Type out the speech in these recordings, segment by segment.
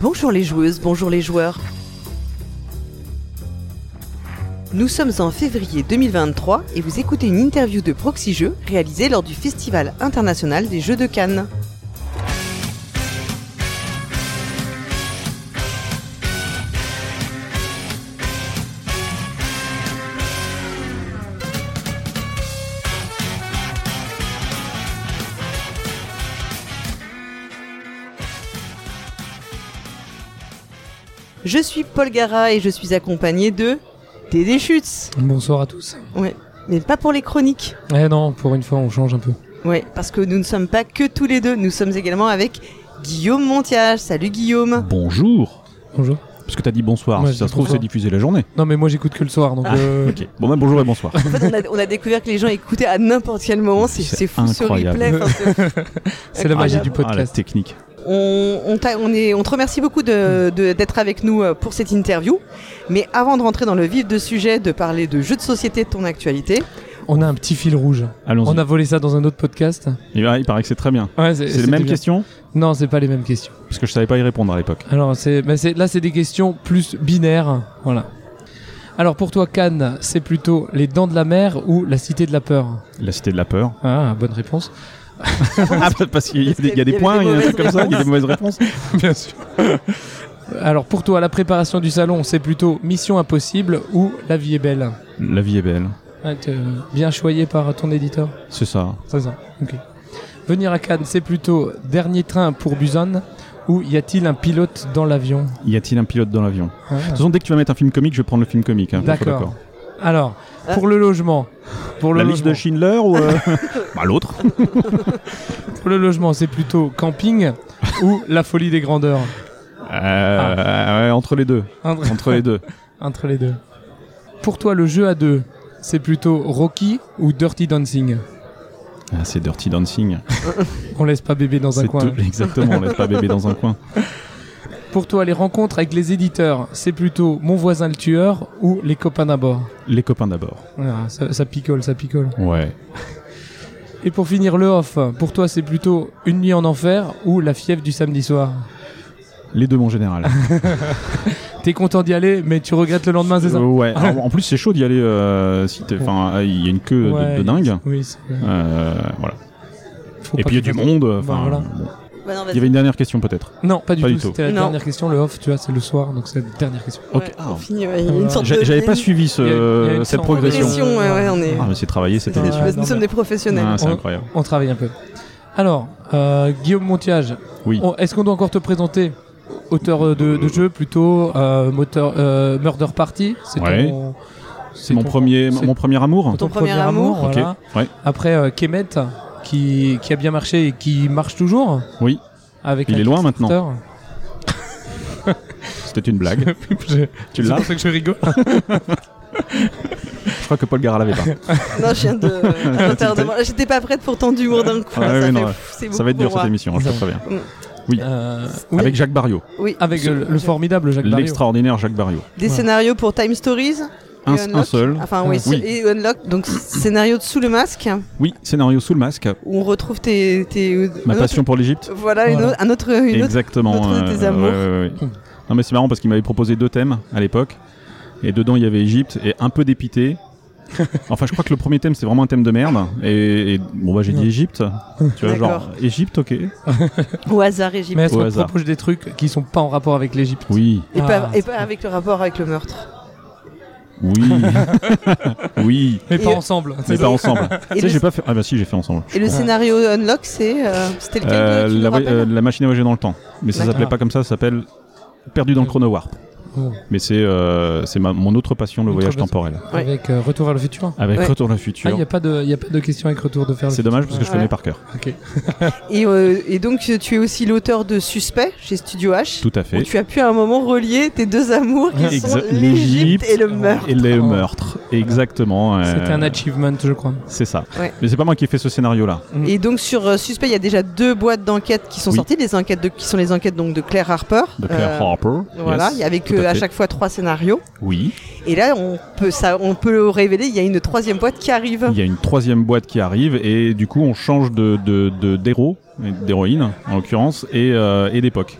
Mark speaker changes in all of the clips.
Speaker 1: Bonjour les joueuses, bonjour les joueurs. Nous sommes en février 2023 et vous écoutez une interview de Proxy Jeux réalisée lors du Festival international des Jeux de Cannes. Je suis Paul Gara et je suis accompagné de Dédé Schutz.
Speaker 2: Bonsoir à tous.
Speaker 1: Ouais, mais pas pour les chroniques.
Speaker 2: Eh non, pour une fois, on change un peu.
Speaker 1: Ouais, parce que nous ne sommes pas que tous les deux, nous sommes également avec Guillaume Montiage. Salut Guillaume.
Speaker 3: Bonjour.
Speaker 2: Bonjour.
Speaker 3: Parce que t'as dit bonsoir,
Speaker 2: Ouais,
Speaker 3: si
Speaker 2: je
Speaker 3: ça
Speaker 2: dis
Speaker 3: se trouve,
Speaker 2: bonsoir.
Speaker 3: c'est diffusé la journée.
Speaker 2: Non, mais moi, j'écoute que le soir, donc. euh,
Speaker 3: Ok. Bon, ben bonjour et bonsoir.
Speaker 1: En fait, on a, on a découvert que les gens écoutaient à n'importe quel moment, c'est
Speaker 3: C'est
Speaker 1: c'est fou ce
Speaker 3: incroyable.
Speaker 1: replay. enfin, c'est-
Speaker 2: C'est la
Speaker 1: Ah,
Speaker 2: magie
Speaker 1: la-
Speaker 2: du
Speaker 3: Ah, la
Speaker 2: podcast.
Speaker 3: technique.
Speaker 1: on, on t'a- on est, on te remercie beaucoup de- de- d'être avec nous euh, pour cette interview. Mais avant de rentrer dans le vif du sujet, de parler de jeux de société de ton actualité,
Speaker 3: Ah,
Speaker 2: On a un petit fil rouge.
Speaker 3: Allons-y.
Speaker 2: On a volé ça dans un autre podcast.
Speaker 3: Il paraît- il paraît que c'est très bien.
Speaker 2: Ouais,
Speaker 3: C'est les
Speaker 2: c'était
Speaker 3: mêmes
Speaker 2: bien.
Speaker 3: questions
Speaker 2: Non, c'est pas les mêmes questions.
Speaker 3: Parce que je savais pas y répondre à l'époque.
Speaker 2: Alors, c'est, mais c'est, là, c'est des questions plus binaires. Voilà. Alors, pour toi, Cannes, c'est plutôt les dents de la mer ou la cité de la peur
Speaker 3: La cité de la peur.
Speaker 2: Ah, bonne réponse.
Speaker 3: Ah, parce qu'il y a des, il y a des
Speaker 1: Il y avait
Speaker 3: points,
Speaker 1: des
Speaker 3: il y a des
Speaker 1: mauvaises
Speaker 3: trucs comme ça, il y a des mauvaises réponses.
Speaker 2: Bien sûr. Alors, pour toi, la préparation du salon, c'est plutôt Mission Impossible ou La vie est belle
Speaker 3: La vie est belle.
Speaker 2: Ouais, t'es, euh, Bien choyé par ton éditeur
Speaker 3: C'est ça.
Speaker 2: C'est ça, ok. Venir à Cannes, c'est plutôt dernier train pour Busan ou y a-t-il un pilote dans l'avion
Speaker 3: Y a-t-il un pilote dans l'avion
Speaker 2: Ah.
Speaker 3: De toute façon, dès que tu vas mettre un film comique, je vais prendre le film comique. hein, qu'on soit
Speaker 2: D'accord. Alors, pour le logement, pour le
Speaker 3: La liste
Speaker 2: logement,
Speaker 3: de Schindler ou. euh, bah, l'autre.
Speaker 2: pour le logement, c'est plutôt camping ou la folie des grandeurs
Speaker 3: Euh, ouais, entre les deux.
Speaker 2: entre,
Speaker 3: Entre les deux.
Speaker 2: entre les deux. Pour toi, le jeu à deux, c'est plutôt Rocky ou Dirty Dancing
Speaker 3: Ah, c'est Dirty Dancing.
Speaker 2: On laisse pas bébé dans un
Speaker 3: C'est
Speaker 2: coin.
Speaker 3: tout- Exactement, on laisse pas bébé dans un coin.
Speaker 2: Pour toi, les rencontres avec les éditeurs, c'est plutôt Mon voisin le tueur ou Les copains d'abord.
Speaker 3: Les copains d'abord.
Speaker 2: Ah, ça- ça picole, ça picole.
Speaker 3: Ouais.
Speaker 2: Et pour finir le off, pour toi c'est plutôt Une nuit en enfer ou La fièvre du samedi soir
Speaker 3: Les deux, mon général.
Speaker 2: T'es content d'y aller mais tu regrettes le lendemain c'est ça
Speaker 3: Euh, ouais. Alors, en plus, c'est chaud d'y aller. euh, si t'es- enfin, euh, il y a une queue de-
Speaker 2: Ouais,
Speaker 3: de, dingue.
Speaker 2: Oui, c'est-
Speaker 3: Euh, voilà.
Speaker 2: faut
Speaker 3: Et
Speaker 2: pas
Speaker 3: puis il y a
Speaker 2: que
Speaker 3: du
Speaker 2: tu-
Speaker 3: monde. Enfin,
Speaker 2: Bah, voilà.
Speaker 3: bon.
Speaker 1: Bah non,
Speaker 3: Il
Speaker 1: vas-y.
Speaker 3: y avait une dernière question peut-être.
Speaker 2: Non, pas du
Speaker 3: Pas
Speaker 2: tout,
Speaker 3: du tout.
Speaker 2: c'était la
Speaker 1: Non.
Speaker 2: dernière question, le off, tu vois, c'est le soir, donc c'est la dernière question.
Speaker 3: Ok.
Speaker 1: Ouais,
Speaker 3: Ah.
Speaker 1: on finit, ouais, il y a une
Speaker 2: Voilà.
Speaker 1: sorte
Speaker 3: J'a-
Speaker 1: de-
Speaker 3: J'avais pas suivi ce-
Speaker 2: Il y a- il y a une
Speaker 3: cette
Speaker 2: sorte
Speaker 3: progression.
Speaker 1: progression, ouais, ouais, on est-
Speaker 3: Ah, mais c'est travaillé,
Speaker 1: C'est-
Speaker 3: c'était
Speaker 2: Ouais,
Speaker 3: déçu.
Speaker 2: déçu.
Speaker 1: Nous sommes des professionnels.
Speaker 3: Ah, c'est
Speaker 2: On-
Speaker 3: incroyable.
Speaker 2: On travaille un peu. Alors, euh, Guillaume Montiage,
Speaker 3: Oui.
Speaker 2: on- est-ce qu'on doit encore te présenter Auteur euh, de, de jeu plutôt, euh, moteur, euh, Murder Party C'est
Speaker 3: Ouais.
Speaker 2: ton-
Speaker 3: C'est mon
Speaker 2: ton-
Speaker 3: premier,
Speaker 2: c'est-
Speaker 3: mon premier amour.
Speaker 1: Ton premier amour.
Speaker 3: Ok.
Speaker 2: voilà.
Speaker 3: Ouais.
Speaker 2: Après euh, Kemet, qui, qui a bien marché et qui marche toujours.
Speaker 3: Oui.
Speaker 2: Avec
Speaker 3: Il
Speaker 2: un
Speaker 3: est loin
Speaker 2: Kickstarter.
Speaker 3: C'était une blague.
Speaker 2: C'est
Speaker 3: tu l'as
Speaker 2: pour ça que je rigole.
Speaker 3: Je crois que Paul Gara l'avait pas.
Speaker 1: Non, je viens de. à l'intérieur de- J'étais pas prête pour tant d'humour d'un coup.
Speaker 3: Ouais,
Speaker 1: là,
Speaker 3: ouais,
Speaker 1: ça,
Speaker 3: non,
Speaker 1: fait-
Speaker 3: ouais.
Speaker 1: pff, c'est
Speaker 3: Ça
Speaker 1: beaucoup
Speaker 3: va être dur
Speaker 1: pour
Speaker 3: cette
Speaker 1: moi.
Speaker 3: émission, hein, je te préviens.
Speaker 2: Euh, oui,
Speaker 3: Avec
Speaker 2: avec
Speaker 3: Jacques Barrio.
Speaker 1: Oui.
Speaker 2: euh, le formidable Jacques Barrio.
Speaker 3: L'extraordinaire Jacques Barrio.
Speaker 1: Des
Speaker 2: Ouais.
Speaker 1: scénarios pour Time Stories. et
Speaker 3: Un,
Speaker 1: Unlock.
Speaker 3: un seul.
Speaker 1: Enfin, oui,
Speaker 3: Oui.
Speaker 1: et Unlock. Donc, scénario de Sous le Masque,
Speaker 3: Oui, scénario sous le masque.
Speaker 1: où on retrouve tes. tes-
Speaker 3: Ma
Speaker 1: un autre-
Speaker 3: passion pour l'Égypte.
Speaker 1: Voilà, une
Speaker 2: Voilà.
Speaker 1: autre- un autre. Une autre...
Speaker 3: Exactement. euh,
Speaker 1: notre- tes
Speaker 3: ouais,
Speaker 1: amours. Hmm.
Speaker 3: ouais, ouais, ouais. Non mais c'est marrant parce qu'il m'avait proposé deux thèmes à l'époque et dedans il y avait Égypte et un peu dépité. enfin je crois que le premier thème c'est vraiment un thème de merde et, et- bon bah j'ai dit Égypte. Tu vois genre
Speaker 1: D'accord.
Speaker 3: Égypte ok.
Speaker 1: Au hasard, Égypte.
Speaker 2: Mais est-ce
Speaker 3: Au
Speaker 2: qu'on te
Speaker 3: hasard.
Speaker 2: propose des trucs qui sont pas en rapport avec l'Égypte
Speaker 3: Oui,
Speaker 1: Et, pas,
Speaker 2: Ah,
Speaker 1: et pas avec le rapport avec le meurtre.
Speaker 3: oui, oui.
Speaker 2: Mais pas
Speaker 1: Et-
Speaker 2: ensemble.
Speaker 3: Mais
Speaker 2: c'est ça.
Speaker 3: pas ensemble. tu
Speaker 1: Et
Speaker 3: sais
Speaker 1: le,
Speaker 3: j'ai pas fait. Ah bah si j'ai fait ensemble.
Speaker 1: et le scénario Unlock, c'est. euh, C'était lequel
Speaker 3: Euh,
Speaker 1: tu nous
Speaker 3: la, voy-
Speaker 1: rappelles
Speaker 3: euh, la machine à voyager dans le temps. Mais ça
Speaker 1: D'accord.
Speaker 3: s'appelait pas comme ça, ça s'appelle Perdu dans le chrono warp.
Speaker 2: Oh.
Speaker 3: Mais c'est euh, c'est ma- mon autre passion, le
Speaker 2: Autre
Speaker 3: voyage
Speaker 2: passion.
Speaker 3: temporel.
Speaker 1: Ouais.
Speaker 2: Avec euh, Retour vers le futur.
Speaker 3: Avec
Speaker 1: Ouais.
Speaker 3: Retour vers le
Speaker 2: Ah,
Speaker 3: futur.
Speaker 2: il n'y a, pas de- y a pas de question avec Retour de faire le
Speaker 3: c'est dommage parce que je
Speaker 1: Ouais.
Speaker 3: connais par cœur.
Speaker 2: Ok.
Speaker 1: et, euh, et donc, tu es aussi l'auteur de Suspect chez Studio H.
Speaker 3: Tout à
Speaker 1: Où
Speaker 3: fait.
Speaker 1: tu as pu à un moment relier tes deux amours qui
Speaker 3: Exa-
Speaker 1: sont l'Égypte et le
Speaker 2: l'Égypte.
Speaker 1: meurtre.
Speaker 3: Et les
Speaker 2: Oh.
Speaker 3: meurtres, exactement. euh,
Speaker 2: C'était un achievement, je crois.
Speaker 3: C'est ça.
Speaker 1: Ouais.
Speaker 3: Mais c'est pas moi qui ai fait ce scénario-là.
Speaker 2: Mm.
Speaker 1: Et donc sur euh, Suspect, il y a déjà deux boîtes d'enquête qui sont
Speaker 3: Oui.
Speaker 1: sorties, les enquêtes de, qui sont les enquêtes donc de Claire Harper.
Speaker 3: De Claire
Speaker 1: Euh,
Speaker 3: Harper.
Speaker 1: Voilà,
Speaker 3: yes,
Speaker 1: il y avec
Speaker 3: tout
Speaker 1: euh, à,
Speaker 3: fait.
Speaker 1: chaque fois trois scénarios.
Speaker 3: Oui.
Speaker 1: Et là, on peut ça, on peut le révéler. Il y a une troisième boîte qui arrive.
Speaker 3: Il y a une troisième boîte qui arrive et du coup, on change de, de, de- d'héros et d'héroïne en l'occurrence, et, euh, et d'époque.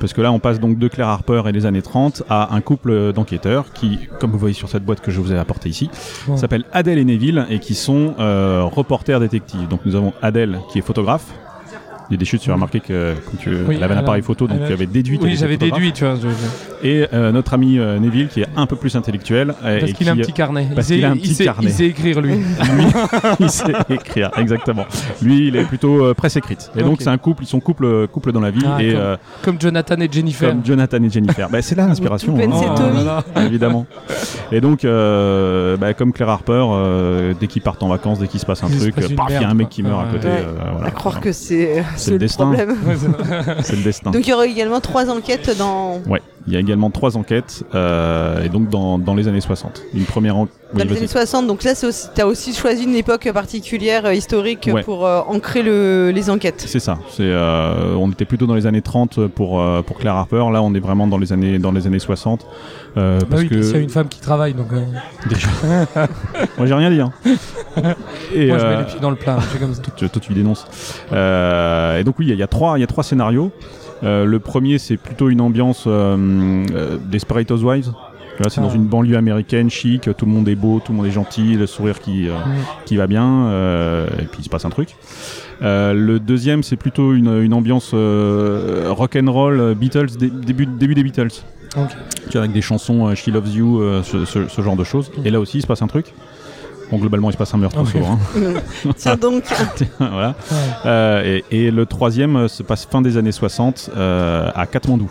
Speaker 3: Parce que là, on passe donc de Claire Harper et les années 30 à un couple d'enquêteurs qui, comme vous voyez sur cette boîte que je vous ai apportée ici,
Speaker 2: Wow.
Speaker 3: s'appelle Adèle et Neville et qui sont euh, reporters détectives. Donc nous avons Adèle qui est photographe. Il y a des chutes, tu as remarqué que quand tu,
Speaker 2: Oui,
Speaker 3: elle avait un
Speaker 2: elle a-
Speaker 3: appareil photo, donc
Speaker 2: elle a-
Speaker 3: tu avais déduit. qu'elle
Speaker 2: Oui,
Speaker 3: était
Speaker 2: j'avais
Speaker 3: photographe.
Speaker 2: déduit, tu vois. je- je-
Speaker 3: Et euh, notre ami euh, Neville qui est un peu plus intellectuel. euh,
Speaker 2: Parce
Speaker 3: et
Speaker 2: qu'il a un
Speaker 3: qui,
Speaker 2: petit carnet.
Speaker 3: parce
Speaker 2: il,
Speaker 3: qu'il
Speaker 2: sait,
Speaker 3: a un
Speaker 2: il
Speaker 3: petit
Speaker 2: sait-
Speaker 3: carnet.
Speaker 2: il sait écrire, lui.
Speaker 3: il sait écrire, exactement. Lui, il est plutôt euh, presse écrite. Et
Speaker 2: Ok.
Speaker 3: donc, c'est un couple, ils sont couple, euh, couple dans la vie,
Speaker 2: Ah,
Speaker 3: et
Speaker 2: comme-
Speaker 3: euh,
Speaker 2: Comme Jonathan et Jennifer. Oh
Speaker 3: comme Jonathan et Jennifer. bah, c'est là l'inspiration,
Speaker 1: Tout
Speaker 3: hein,
Speaker 1: Ben, c'est Tommy.
Speaker 3: évidemment. Et donc, euh, bah, comme Claire Harper, euh, dès qu'ils partent en vacances, dès qu'il se passe un
Speaker 2: Il se
Speaker 3: truc,
Speaker 2: passe
Speaker 3: euh,
Speaker 2: une
Speaker 3: paf, il y a un
Speaker 2: merde,
Speaker 3: mec
Speaker 2: quoi.
Speaker 3: qui meurt à
Speaker 2: Ouais.
Speaker 3: côté.
Speaker 1: Ouais.
Speaker 3: euh, voilà.
Speaker 1: À croire que c'est euh, c'est
Speaker 3: le
Speaker 1: le,
Speaker 3: destin.
Speaker 1: problème.
Speaker 3: C'est le destin.
Speaker 1: Donc il y aurait également trois enquêtes dans,
Speaker 3: Ouais, il y a également trois enquêtes, euh, et donc dans, dans les années 60. Une première enquête.
Speaker 1: dans les années 60. Donc là, c'est aussi- t'as aussi choisi une époque particulière euh, historique
Speaker 3: Ouais.
Speaker 1: pour euh, ancrer le- les enquêtes.
Speaker 3: C'est ça. C'est, euh, on était plutôt dans les années 30 pour, euh, pour Claire Harper. Là, on est vraiment dans les années, dans les années 60. euh,
Speaker 2: Bah
Speaker 3: parce
Speaker 2: oui,
Speaker 3: que...
Speaker 2: parce qu'il y a une femme qui travaille, donc euh,
Speaker 3: Déjà. Moi, j'ai rien dit. Hein. Et,
Speaker 2: moi je
Speaker 3: euh,
Speaker 2: mets les pieds dans le plat, je fais comme ça.
Speaker 3: toi, tu- toi, tu dénonces. Euh, et donc, oui, il y, a- il y a trois- il y a trois scénarios. Euh, le premier, c'est plutôt une ambiance euh, euh, Desperate Housewives. Là, c'est
Speaker 2: Ah.
Speaker 3: dans une banlieue américaine, chic, tout le monde est beau, tout le monde est gentil, le sourire qui, euh,
Speaker 2: Mm.
Speaker 3: qui va bien, euh, et puis il se passe un truc. Euh, le deuxième, c'est plutôt une, une ambiance euh, rock'n'roll, euh, Beatles, dé- début, début des Beatles.
Speaker 2: Ok.
Speaker 3: Tu vois, avec des chansons euh, She Loves You, euh, ce, ce- ce genre de choses.
Speaker 2: Mm.
Speaker 3: Et là aussi, il se passe un truc. Bon, globalement, il se passe un meurtre
Speaker 2: Ah oui.
Speaker 3: souvent. hein.
Speaker 1: Tiens donc,
Speaker 3: voilà.
Speaker 2: Ouais.
Speaker 3: Euh, et, et le troisième euh, se passe fin des années 60 euh, à Katmandou,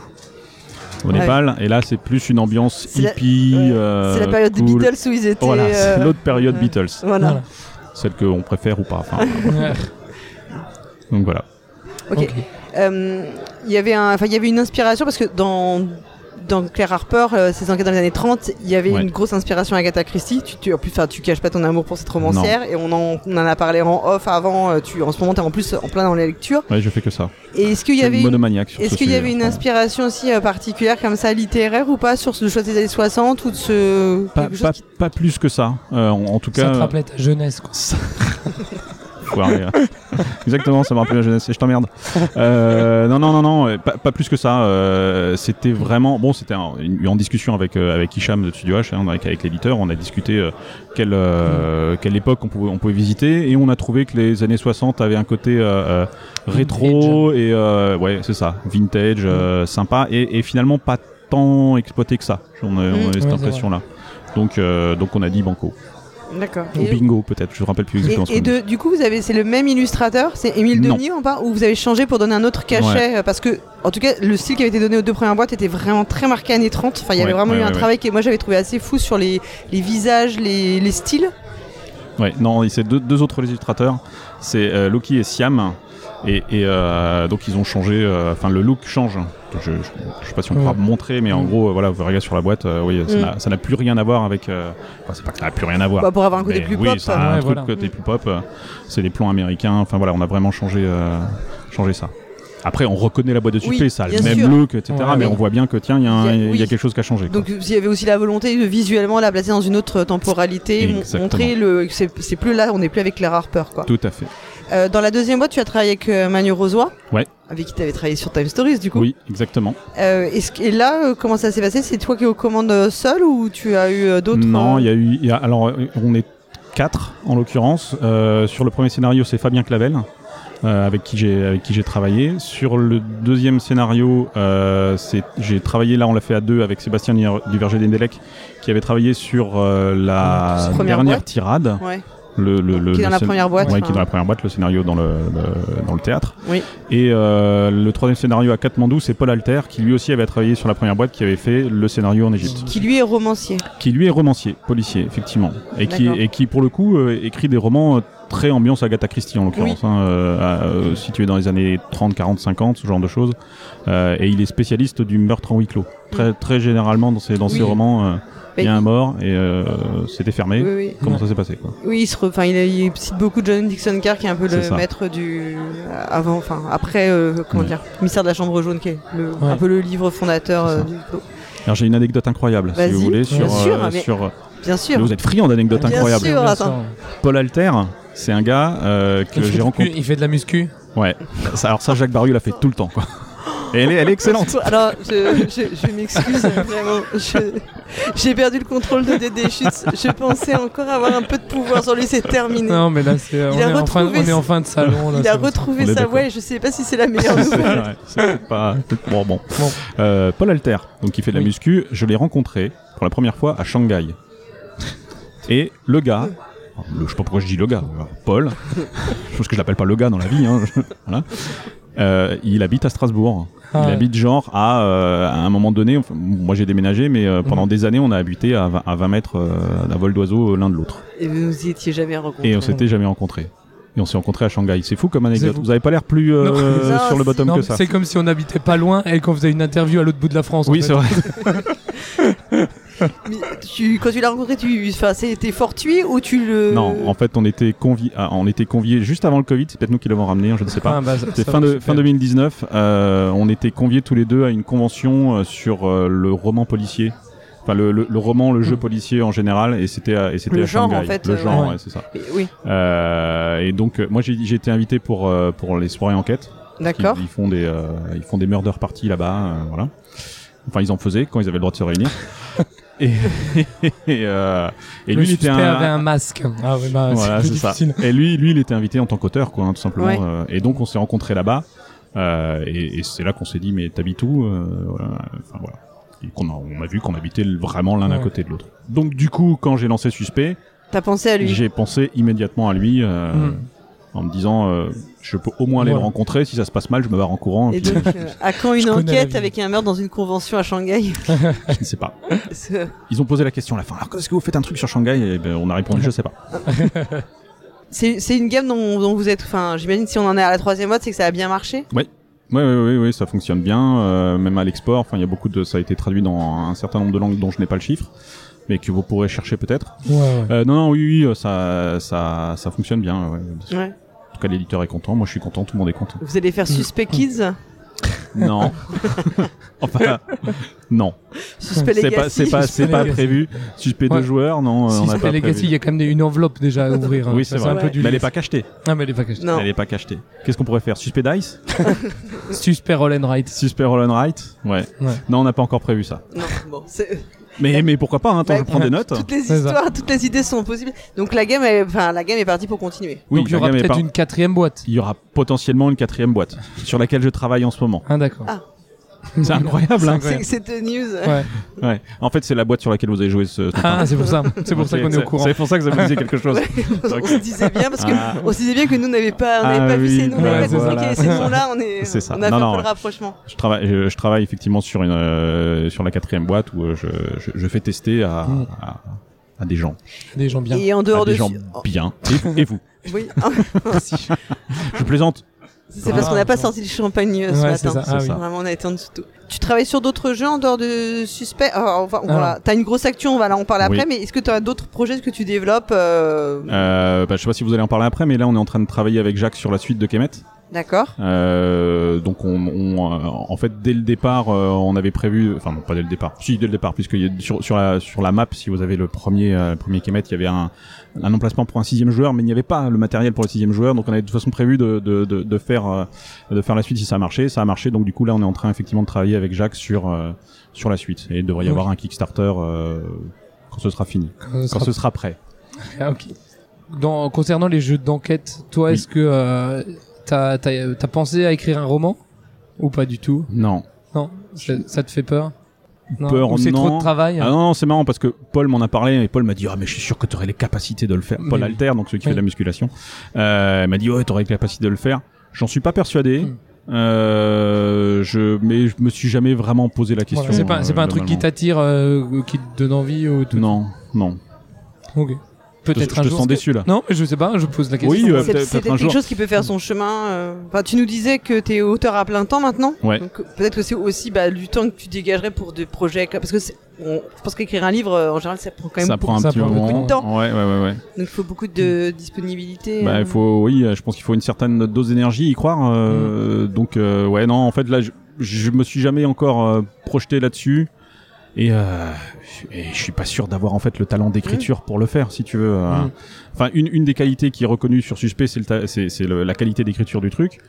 Speaker 3: au
Speaker 1: Ouais.
Speaker 3: Népal. Et là, c'est plus une ambiance
Speaker 1: C'est la-
Speaker 3: hippie.
Speaker 1: ouais.
Speaker 3: euh,
Speaker 1: c'est la période des
Speaker 3: cool.
Speaker 1: Beatles où ils étaient.
Speaker 3: Voilà,
Speaker 1: euh,
Speaker 3: c'est l'autre période
Speaker 1: ouais.
Speaker 3: Beatles,
Speaker 2: Ah
Speaker 1: voilà.
Speaker 3: celle qu'on préfère ou pas. Enfin,
Speaker 2: Voilà.
Speaker 3: donc voilà.
Speaker 1: Ok.
Speaker 2: Ok.
Speaker 1: Euh, il y avait un, enfin, il y avait une inspiration parce que dans dans Claire Harper, euh, ses enquêtes dans les années 30, il y avait
Speaker 3: Ouais.
Speaker 1: une grosse inspiration à Agatha Christie. Tu, tu, en plus, enfin, tu caches pas ton amour pour cette romancière et on en, on en a parlé en off avant. euh, Tu, en ce moment, t'es en plus en plein dans les lectures.
Speaker 3: Ouais, je fais que ça.
Speaker 1: Et est-ce qu'il y
Speaker 3: Je suis
Speaker 1: avait une-
Speaker 3: monomaniaque sur
Speaker 1: Est-ce
Speaker 3: ce
Speaker 1: qu'il y
Speaker 3: sujet,
Speaker 1: avait une
Speaker 3: enfin.
Speaker 1: inspiration aussi euh, particulière comme ça littéraire ou pas sur ce choix des années 60 ou de ce
Speaker 3: pas,
Speaker 1: quelque chose
Speaker 3: pas,
Speaker 1: qui-
Speaker 3: pas plus que ça. Euh, en, en tout
Speaker 2: Ça
Speaker 3: cas,
Speaker 2: te rappelait ta jeunesse, quoi.
Speaker 3: Foiré. hein. Exactement, ça m'a rappelé la jeunesse et je t'emmerde. Euh, non, non, non, non, euh, pas, pas plus que ça. euh, c'était vraiment. Bon, c'était en, une- en discussion avec, euh, avec Hicham de Studio H, hein, avec, avec l'éditeur. On a discuté euh, quelle, euh, quelle époque on pouvait, on pouvait visiter et on a trouvé que les années 60 avaient un côté euh, euh, rétro et. euh, ouais, c'est ça. Vintage,
Speaker 1: Mm.
Speaker 3: euh, sympa et, et finalement pas tant exploité que ça. On a, on a
Speaker 1: Mm.
Speaker 3: cette
Speaker 2: Ouais, c'est
Speaker 3: impression-là. Donc, euh, donc on a dit banco.
Speaker 1: D'accord.
Speaker 3: Ou
Speaker 1: Et,
Speaker 3: bingo peut-être, je me rappelle plus
Speaker 1: et-
Speaker 3: exactement. ce
Speaker 1: et
Speaker 3: qu'on a dit.
Speaker 1: de- du coup, vous avez c'est le même illustrateur, c'est Émile
Speaker 3: Non.
Speaker 1: Denis ou pas ou vous avez changé pour donner un autre cachet euh, parce que en tout cas, le style qui avait été donné aux deux premières boîtes était vraiment très marqué années 30. Enfin, il y avait
Speaker 3: Ouais,
Speaker 1: vraiment
Speaker 3: ouais,
Speaker 1: eu un
Speaker 3: ouais,
Speaker 1: travail que moi j'avais trouvé assez fou sur les, les visages, les, les styles.
Speaker 3: Ouais, non, et c'est deux, deux autres illustrateurs, c'est euh, Loki et Siam. Et, et, euh, donc ils ont changé, euh, enfin le look change. Je, je, je sais pas si on pourra
Speaker 2: Ouais.
Speaker 3: montrer, mais en
Speaker 2: Mm.
Speaker 3: gros, euh, voilà, vous regardez sur la boîte, euh, oui, ça
Speaker 1: Mm.
Speaker 3: n'a- ça n'a plus rien à voir avec. euh, enfin, c'est pas que ça n'a plus rien à voir.
Speaker 1: Bah, pour avoir un côté
Speaker 3: mais
Speaker 1: plus
Speaker 3: oui,
Speaker 1: pop. hein.
Speaker 3: ça a un
Speaker 2: Ouais,
Speaker 3: truc
Speaker 2: voilà.
Speaker 3: côté plus pop. euh, c'est les plans américains. Enfin voilà, on a vraiment changé, euh, changé ça. Après, on reconnaît la boîte de
Speaker 1: Oui,
Speaker 3: Supé, ça a le
Speaker 1: bien
Speaker 3: même
Speaker 1: sûr.
Speaker 3: look, etc.
Speaker 2: Ouais,
Speaker 3: mais
Speaker 1: oui.
Speaker 3: on voit bien que tiens, il y, a un-
Speaker 1: Il y a-
Speaker 3: il y a
Speaker 1: oui.
Speaker 3: quelque chose qui a changé. quoi.
Speaker 1: Donc il y avait aussi la volonté de visuellement la placer dans une autre temporalité, mon-
Speaker 3: Exactement.
Speaker 1: montrer le c'est c'est plus là, on n'est plus avec Claire Harper quoi.
Speaker 3: Tout à fait.
Speaker 1: Euh, dans la deuxième boîte, tu as travaillé avec euh, Manu Rosoy.
Speaker 3: Ouais.
Speaker 1: Avec qui tu avais travaillé sur Time Stories, du coup.
Speaker 3: Oui, exactement.
Speaker 1: Euh, est-ce que- et là, euh, comment ça s'est passé C'est toi qui es aux commandes euh, seul ou tu as eu euh, d'autres
Speaker 3: Non,
Speaker 1: euh,
Speaker 3: il y a eu. il y a- alors, euh, on est quatre en l'occurrence. Euh, sur le premier scénario, c'est Fabien Clavel. euh, avec qui j'ai avec qui j'ai travaillé sur le deuxième scénario euh, c'est j'ai travaillé là on l'a fait à deux avec Sébastien du Verger d'Endelec qui avait travaillé sur euh, la
Speaker 1: Première
Speaker 3: dernière
Speaker 1: boîte.
Speaker 3: tirade
Speaker 1: Ouais.
Speaker 3: le, le, le-
Speaker 1: Qui est
Speaker 3: le
Speaker 1: dans la
Speaker 3: scén-
Speaker 1: première boîte,
Speaker 3: ouais, qui est
Speaker 1: enfin.
Speaker 3: dans la première boîte le scénario dans le, le- dans le théâtre
Speaker 1: Oui.
Speaker 3: et euh, le troisième scénario à Katmandou c'est Paul Alter qui lui aussi avait travaillé sur la première boîte qui avait fait le scénario en Égypte
Speaker 1: Qui lui est romancier.
Speaker 3: qui lui est romancier, policier, effectivement, et qui,
Speaker 1: D'accord.
Speaker 3: et qui pour le coup euh, écrit des romans euh, très ambiance Agatha Christie en l'occurrence, hein, euh, à- euh, situé dans les années 30, 40, 50, ce genre de choses, Euh, et il est spécialiste du meurtre en huis clos. Très, très généralement dans ses, dans ses
Speaker 1: Mm. Oui.
Speaker 3: romans, euh, il y a
Speaker 1: Mais-
Speaker 3: un mort et euh, c'était fermé.
Speaker 1: Oui, oui.
Speaker 3: Comment ça s'est passé quoi
Speaker 1: Oui, il, se re- enfin, il, a- il cite beaucoup John Dixon Carr, qui est un peu
Speaker 3: C'est
Speaker 1: le
Speaker 3: ça.
Speaker 1: maître du. euh, Avant, enfin, après, euh, comment
Speaker 3: Ouais.
Speaker 1: dire, Mystère de la Chambre jaune, qui est le-
Speaker 2: Ouais.
Speaker 1: un peu le livre fondateur
Speaker 3: C'est ça.
Speaker 1: euh, du.
Speaker 3: Alors j'ai une anecdote incroyable, si
Speaker 1: Vas-y.
Speaker 3: vous voulez, sur. euh,
Speaker 2: Bien
Speaker 1: sûr, mais-
Speaker 3: sur
Speaker 1: Bien sûr.
Speaker 3: Vous êtes friand d'anecdotes
Speaker 1: Bien
Speaker 3: incroyables.
Speaker 1: sûr,
Speaker 2: Bien
Speaker 1: attends.
Speaker 2: sûr.
Speaker 3: Paul Alter, c'est un gars euh, que
Speaker 2: Il fait
Speaker 3: j'ai
Speaker 2: du
Speaker 3: rencontré.
Speaker 2: cu- Il fait de la muscu.
Speaker 3: Ouais. Ça- alors ça, Jacques Baru l'a fait tout le temps. Quoi. Et elle est, elle est excellente.
Speaker 1: Alors, je, je- je m'excuse vraiment. Je- J'ai perdu le contrôle de Dédé Schütz. Je pensais encore avoir un peu de pouvoir sur lui, c'est terminé.
Speaker 2: Non, mais là, c'est, on,
Speaker 1: a
Speaker 2: est en fin, on
Speaker 1: retrouvé
Speaker 2: est en fin de salon. là,
Speaker 1: Il a
Speaker 2: c'est bon.
Speaker 1: retrouvé
Speaker 3: On est
Speaker 1: sa
Speaker 3: d'accord.
Speaker 1: voix et je sais pas si c'est la meilleure
Speaker 3: C'est
Speaker 1: nouvelle.
Speaker 3: vrai, c'est peut-être pas. peut-être- Bon, bon.
Speaker 2: Bon.
Speaker 3: Euh, Paul Alter, donc qui fait de la
Speaker 2: Oui.
Speaker 3: muscu, je l'ai rencontré pour la première fois à Shanghai. Et le gars, le- je sais pas pourquoi je dis le gars, euh, Paul, je pense que je l'appelle pas le gars dans la vie, hein, je- voilà. Euh, il habite à Strasbourg.
Speaker 2: Ah,
Speaker 3: il
Speaker 2: ouais.
Speaker 3: habite genre à, euh, à un moment donné, enfin, moi j'ai déménagé, mais euh,
Speaker 2: Mhm.
Speaker 3: pendant des années on a habité à 20, à 20 mètres euh, d'un vol d'oiseau euh, l'un de l'autre.
Speaker 1: Et vous nous y étiez jamais rencontrés.
Speaker 3: Et on s'était jamais rencontrés. Et on s'est rencontrés à Shanghai. C'est fou comme anecdote.
Speaker 2: fou.
Speaker 3: Vous avez pas l'air plus euh,
Speaker 2: Non.
Speaker 1: Non,
Speaker 3: sur le
Speaker 1: si.
Speaker 3: bottom
Speaker 2: Non,
Speaker 3: que
Speaker 2: mais
Speaker 3: ça.
Speaker 2: c'est comme si on habitait pas loin et qu'on faisait une interview à l'autre bout de la France. en
Speaker 3: Oui,
Speaker 2: fait.
Speaker 3: c'est vrai.
Speaker 1: Mais tu, quand tu l'as rencontré, tu, enfin, c'était fortuit ou tu le.
Speaker 2: Euh,
Speaker 3: Non, en fait, on était conviés, on était conviés juste avant le Covid. C'est peut-être nous qui l'avons ramené, hein, je ne sais pas.
Speaker 2: Ah, bah, ça-
Speaker 3: C'était
Speaker 2: ça
Speaker 3: fin,
Speaker 2: va,
Speaker 3: de,
Speaker 2: super.
Speaker 3: fin 2019. euh, on était conviés tous les deux à une convention euh, sur euh, le roman policier. Enfin, le, le- le roman, le jeu
Speaker 2: Mm.
Speaker 3: policier en général, et c'était à- et c'était
Speaker 1: Le
Speaker 3: à
Speaker 1: genre,
Speaker 3: Shanghai.
Speaker 1: en fait,
Speaker 3: le
Speaker 1: euh,
Speaker 3: genre,
Speaker 2: ouais.
Speaker 3: ouais, c'est ça.
Speaker 1: Mais Oui,
Speaker 3: Euh, et donc, euh, moi, j'ai j'ai été invité pour euh, pour les soirées enquête. Ils,
Speaker 1: d'accord.
Speaker 3: ils font des euh, ils font des murder parties là-bas, euh, voilà. Enfin, ils en faisaient quand ils avaient le droit de se réunir. et et, euh, et
Speaker 2: le
Speaker 3: lui, il était
Speaker 2: suspect
Speaker 3: un-
Speaker 2: avait un masque. Ah oui, bah,
Speaker 3: voilà,
Speaker 2: c'est
Speaker 3: c'est
Speaker 2: plus
Speaker 3: ça.
Speaker 2: difficile.
Speaker 3: Et lui, lui, il était invité en tant qu'auteur, quoi, hein, tout simplement.
Speaker 1: Ouais.
Speaker 3: euh, et donc, on s'est rencontrés là-bas. euh, et et c'est là qu'on s'est dit, mais t'habites où Euh, voilà, Enfin voilà. Et qu'on a, on a vu qu'on habitait l- vraiment l'un à
Speaker 2: Ouais.
Speaker 3: côté de l'autre. Donc, du coup, quand j'ai lancé Suspect,
Speaker 1: T'as pensé à lui.
Speaker 3: j'ai pensé immédiatement à lui. euh,
Speaker 2: Mm.
Speaker 3: En me disant, euh, je peux au moins aller le
Speaker 2: Voilà.
Speaker 3: rencontrer. Si ça se passe mal, je me barre en courant.
Speaker 1: Et
Speaker 3: puis,
Speaker 1: donc, euh, à quand une
Speaker 2: Je connais la
Speaker 1: enquête
Speaker 2: vie.
Speaker 1: avec un meurtre dans une convention à Shanghai
Speaker 3: je ne sais pas.
Speaker 1: C'est-
Speaker 3: Ils ont posé la question à la fin. Alors, est-ce que vous faites un truc sur Shanghai Et ben, on a répondu, je sais pas.
Speaker 1: C'est c'est une gamme dont, dont vous êtes. Enfin, j'imagine si on en est à la troisième mode, c'est que ça a bien marché.
Speaker 3: Oui, oui, oui, ça fonctionne bien, euh, même à l'export. Enfin, il y a beaucoup de, ça a été traduit dans un certain nombre de langues dont je n'ai pas le chiffre, mais que vous pourrez chercher peut-être.
Speaker 2: Ouais, ouais.
Speaker 3: Euh, non, non, oui, oui, ça, ça, ça fonctionne bien. ouais.
Speaker 1: Ouais.
Speaker 3: En tout cas, l'éditeur est content, moi je suis content, tout le monde est content.
Speaker 1: Vous allez faire Suspect Kids
Speaker 3: Non, enfin, non,
Speaker 1: Suspect
Speaker 3: c'est pas,
Speaker 1: Legacy
Speaker 3: c'est pas, c'est
Speaker 2: Suspect
Speaker 3: pas
Speaker 2: Legacy.
Speaker 3: prévu. Suspect de
Speaker 2: Ouais.
Speaker 3: joueur, non, euh,
Speaker 2: si
Speaker 3: on n'a
Speaker 2: c'était
Speaker 3: pas
Speaker 2: Legacy, il
Speaker 3: prévu.
Speaker 2: y a quand même des- une enveloppe déjà à ouvrir. hein.
Speaker 3: Oui, c'est
Speaker 2: Ça,
Speaker 3: vrai.
Speaker 2: un peu du
Speaker 3: Mais elle est
Speaker 2: lait.
Speaker 3: pas cachetée.
Speaker 2: Ah, mais elle est pas cachetée.
Speaker 1: Non.
Speaker 3: Elle est pas cachetée. Qu'est-ce qu'on pourrait faire Suspect Dice
Speaker 2: Suspect Roll and Write.
Speaker 3: Suspect Roll and Write ouais.
Speaker 2: Ouais.
Speaker 3: Non, on n'a pas encore prévu ça.
Speaker 1: Non, bon, c'est-
Speaker 3: Mais, mais pourquoi pas hein, Attends,
Speaker 1: Bah,
Speaker 3: je prends des notes.
Speaker 1: toutes les
Speaker 2: C'est ça.
Speaker 1: histoires, toutes les idées sont possibles. Donc la gamme, est- enfin la gamme est partie pour continuer.
Speaker 3: Oui,
Speaker 2: Donc il y
Speaker 3: la
Speaker 2: aura
Speaker 3: gamme est
Speaker 2: peut-être
Speaker 3: par-
Speaker 2: une quatrième boîte.
Speaker 3: il y aura potentiellement une quatrième boîte sur laquelle je travaille en ce moment.
Speaker 2: Ah, d'accord.
Speaker 1: Ah.
Speaker 3: C'est incroyable. hein.
Speaker 1: C'est Cette news.
Speaker 2: Ouais.
Speaker 3: Ouais. En fait, c'est la boîte sur laquelle vous avez joué ce. ce matin.
Speaker 2: Ah, c'est pour ça. C'est pour ça
Speaker 3: Hein Ok,
Speaker 2: qu'on est au courant.
Speaker 3: C'est pour ça que ça me disait quelque chose.
Speaker 1: on se disait bien parce que
Speaker 3: Ah.
Speaker 1: on se disait bien que nous n'avait pas, on n'avait
Speaker 3: Ah
Speaker 1: pas vu
Speaker 3: oui,
Speaker 1: ces noms,
Speaker 2: ouais,
Speaker 1: là
Speaker 2: c'est
Speaker 3: ça.
Speaker 1: ces noms-là, on est,
Speaker 3: C'est ça.
Speaker 1: on a
Speaker 3: Non,
Speaker 1: fait un
Speaker 3: non,
Speaker 1: peu le
Speaker 3: ouais.
Speaker 1: rapprochement.
Speaker 3: Je travaille, je, je travaille effectivement sur une euh, sur la quatrième boîte où euh, je, je, je fais tester à,
Speaker 2: Mm.
Speaker 3: à, à des gens,
Speaker 2: Des gens bien.
Speaker 1: Et en
Speaker 3: à
Speaker 1: dehors de Oh,
Speaker 3: des gens bien. Et, et vous
Speaker 1: oui,
Speaker 3: Je plaisante.
Speaker 1: c'est parce qu'on n'a pas sorti le champagne euh, ce
Speaker 2: Ouais, c'est
Speaker 1: matin.
Speaker 2: ça. Ah,
Speaker 3: Ah, C'est
Speaker 2: oui.
Speaker 3: ça.
Speaker 1: Vraiment, on a été en dessous de tout. Tu travailles sur d'autres jeux en dehors de Suspect Alors, on va- on va-
Speaker 2: Alors.
Speaker 1: T'as une grosse action, on va là en parler
Speaker 3: Ah. Oui.
Speaker 1: après, mais est-ce que tu as d'autres projets que tu développes euh,
Speaker 3: Euh, bah, je sais pas si vous allez en parler après, mais là, on est en train de travailler avec Jacques sur la suite de Kemet.
Speaker 1: D'accord
Speaker 3: Euh, donc on, on, euh, en fait dès le départ euh, on avait prévu enfin non pas dès le départ si dès le départ puisque il y a- sur, sur la sur la map si vous avez le premier euh, le premier Kemet il y avait un, un emplacement pour un sixième joueur mais il n'y avait pas le matériel pour le sixième joueur donc on avait de toute façon prévu de, de, de, de faire euh, de faire la suite si ça a marché ça a marché donc du coup là on est en train effectivement de travailler avec Jacques sur euh, sur la suite et il devrait y
Speaker 2: Ok.
Speaker 3: avoir un Kickstarter euh, quand ce sera fini
Speaker 2: Quand ce
Speaker 3: quand
Speaker 2: Euh, sera-
Speaker 3: ce sera prêt
Speaker 2: Ah, ok. Dans, concernant les jeux d'enquête, toi,
Speaker 3: Oui.
Speaker 2: est-ce que euh, t'as as, pensé à écrire un roman ou pas du tout
Speaker 3: non
Speaker 2: Non, ça, ça te fait peur non.
Speaker 3: Peur,
Speaker 2: Ou c'est
Speaker 3: non.
Speaker 2: trop de travail
Speaker 3: Ah non, non, c'est marrant parce que Paul m'en a parlé et Paul m'a dit Ah, mais je suis sûr que tu aurais les capacités de le faire. Paul
Speaker 2: Mais-
Speaker 3: Alter, donc celui qui
Speaker 2: Oui.
Speaker 3: fait de la musculation, euh, m'a dit Ouais, tu aurais les capacités de le faire. J'en suis pas persuadé.
Speaker 2: Hmm.
Speaker 3: Euh, je, mais je me suis jamais vraiment posé la question.
Speaker 2: Voilà. C'est pas, c'est
Speaker 3: euh,
Speaker 2: pas un truc qui
Speaker 3: globalement.
Speaker 2: t'attire, euh, ou qui te donne envie ou tout.
Speaker 3: Non, non.
Speaker 2: Ok.
Speaker 3: Je
Speaker 2: Peut-être
Speaker 3: te, je
Speaker 2: un
Speaker 3: te
Speaker 2: jour.
Speaker 3: sens
Speaker 2: parce que-
Speaker 3: déçu là.
Speaker 2: Non, mais je sais pas. Je pose la question.
Speaker 3: Oui, euh,
Speaker 1: C'est
Speaker 3: peut-être-
Speaker 1: c'est
Speaker 3: peut-être un
Speaker 1: peut-être quelque
Speaker 3: jour.
Speaker 1: chose qui peut faire son chemin. euh. Enfin, tu nous disais que tu es auteur à plein temps maintenant.
Speaker 3: Ouais.
Speaker 1: Donc, euh, peut-être que c'est aussi bah, du temps que tu dégagerais pour des projets. comme- Parce que c'est- on- je pense qu'écrire un livre, euh, en général, ça prend quand même
Speaker 3: ça prend un
Speaker 2: ça
Speaker 3: petit
Speaker 2: prend beaucoup
Speaker 3: moment.
Speaker 1: de temps.
Speaker 3: Ouais, ouais, ouais. ouais.
Speaker 1: beaucoup- Donc, il faut beaucoup de disponibilité.
Speaker 3: Bah,
Speaker 1: euh.
Speaker 3: il faut, oui, euh, je pense qu'il faut une certaine dose d'énergie y croire. euh, Donc, euh, ouais, non, en fait, là, je, je me suis jamais encore euh, projeté là-dessus. Et, euh, et je suis pas sûr d'avoir en fait le talent d'écriture pour le faire, si tu veux. euh.
Speaker 2: Mm.
Speaker 3: Enfin, une, une des qualités qui est reconnue sur Suspect, c'est le ta- c'est- c'est le- la qualité d'écriture du truc.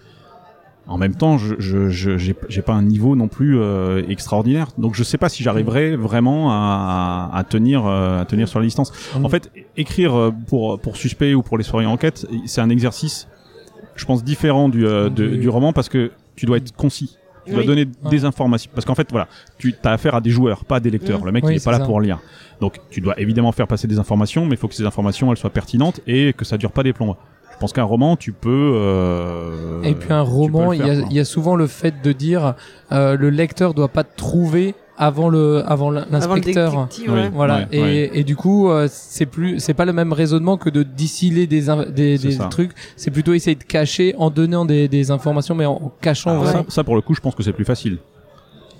Speaker 3: en même temps, je je- je- j'ai j'ai pas un niveau non plus euh, extraordinaire, donc je sais pas si j'arriverai vraiment à, à tenir euh, à tenir sur la distance.
Speaker 2: Mm.
Speaker 3: En fait, é- écrire euh, pour pour suspect ou pour les soirées enquête, c'est un exercice, je pense différent du euh, de-
Speaker 2: Du-
Speaker 3: du roman parce que tu dois être concis. Tu dois
Speaker 1: Oui.
Speaker 3: donner des informations parce qu'en fait voilà, tu as affaire à des joueurs, pas à des lecteurs.
Speaker 1: Mm.
Speaker 3: Le mec
Speaker 2: Oui,
Speaker 3: il est
Speaker 2: c'est
Speaker 3: pas là
Speaker 2: ça.
Speaker 3: pour lire. Donc tu dois évidemment faire passer des informations, mais il faut que ces informations elles soient pertinentes et que ça dure pas des plombs. Je pense qu'un roman, tu peux. euh,
Speaker 2: Et puis un
Speaker 3: tu
Speaker 2: roman,
Speaker 3: peux le
Speaker 2: il y,
Speaker 3: faire,
Speaker 2: a,
Speaker 3: quoi.
Speaker 2: il y a souvent le fait de dire euh, le lecteur doit pas trouver avant le avant l'in-
Speaker 1: Avant le
Speaker 2: l'inspecteur.
Speaker 1: détective,
Speaker 3: Oui.
Speaker 1: ouais.
Speaker 2: Voilà.
Speaker 3: Ouais,
Speaker 2: et,
Speaker 3: ouais.
Speaker 2: et du coup, euh, c'est plus c'est pas le même raisonnement que de distiller des in- des,
Speaker 3: C'est
Speaker 2: des
Speaker 3: ça.
Speaker 2: trucs. C'est plutôt essayer de cacher en donnant des, des informations, mais en, en cachant
Speaker 3: Alors
Speaker 2: vraiment.
Speaker 3: ah, ça, ça, pour le coup, je pense que c'est plus facile.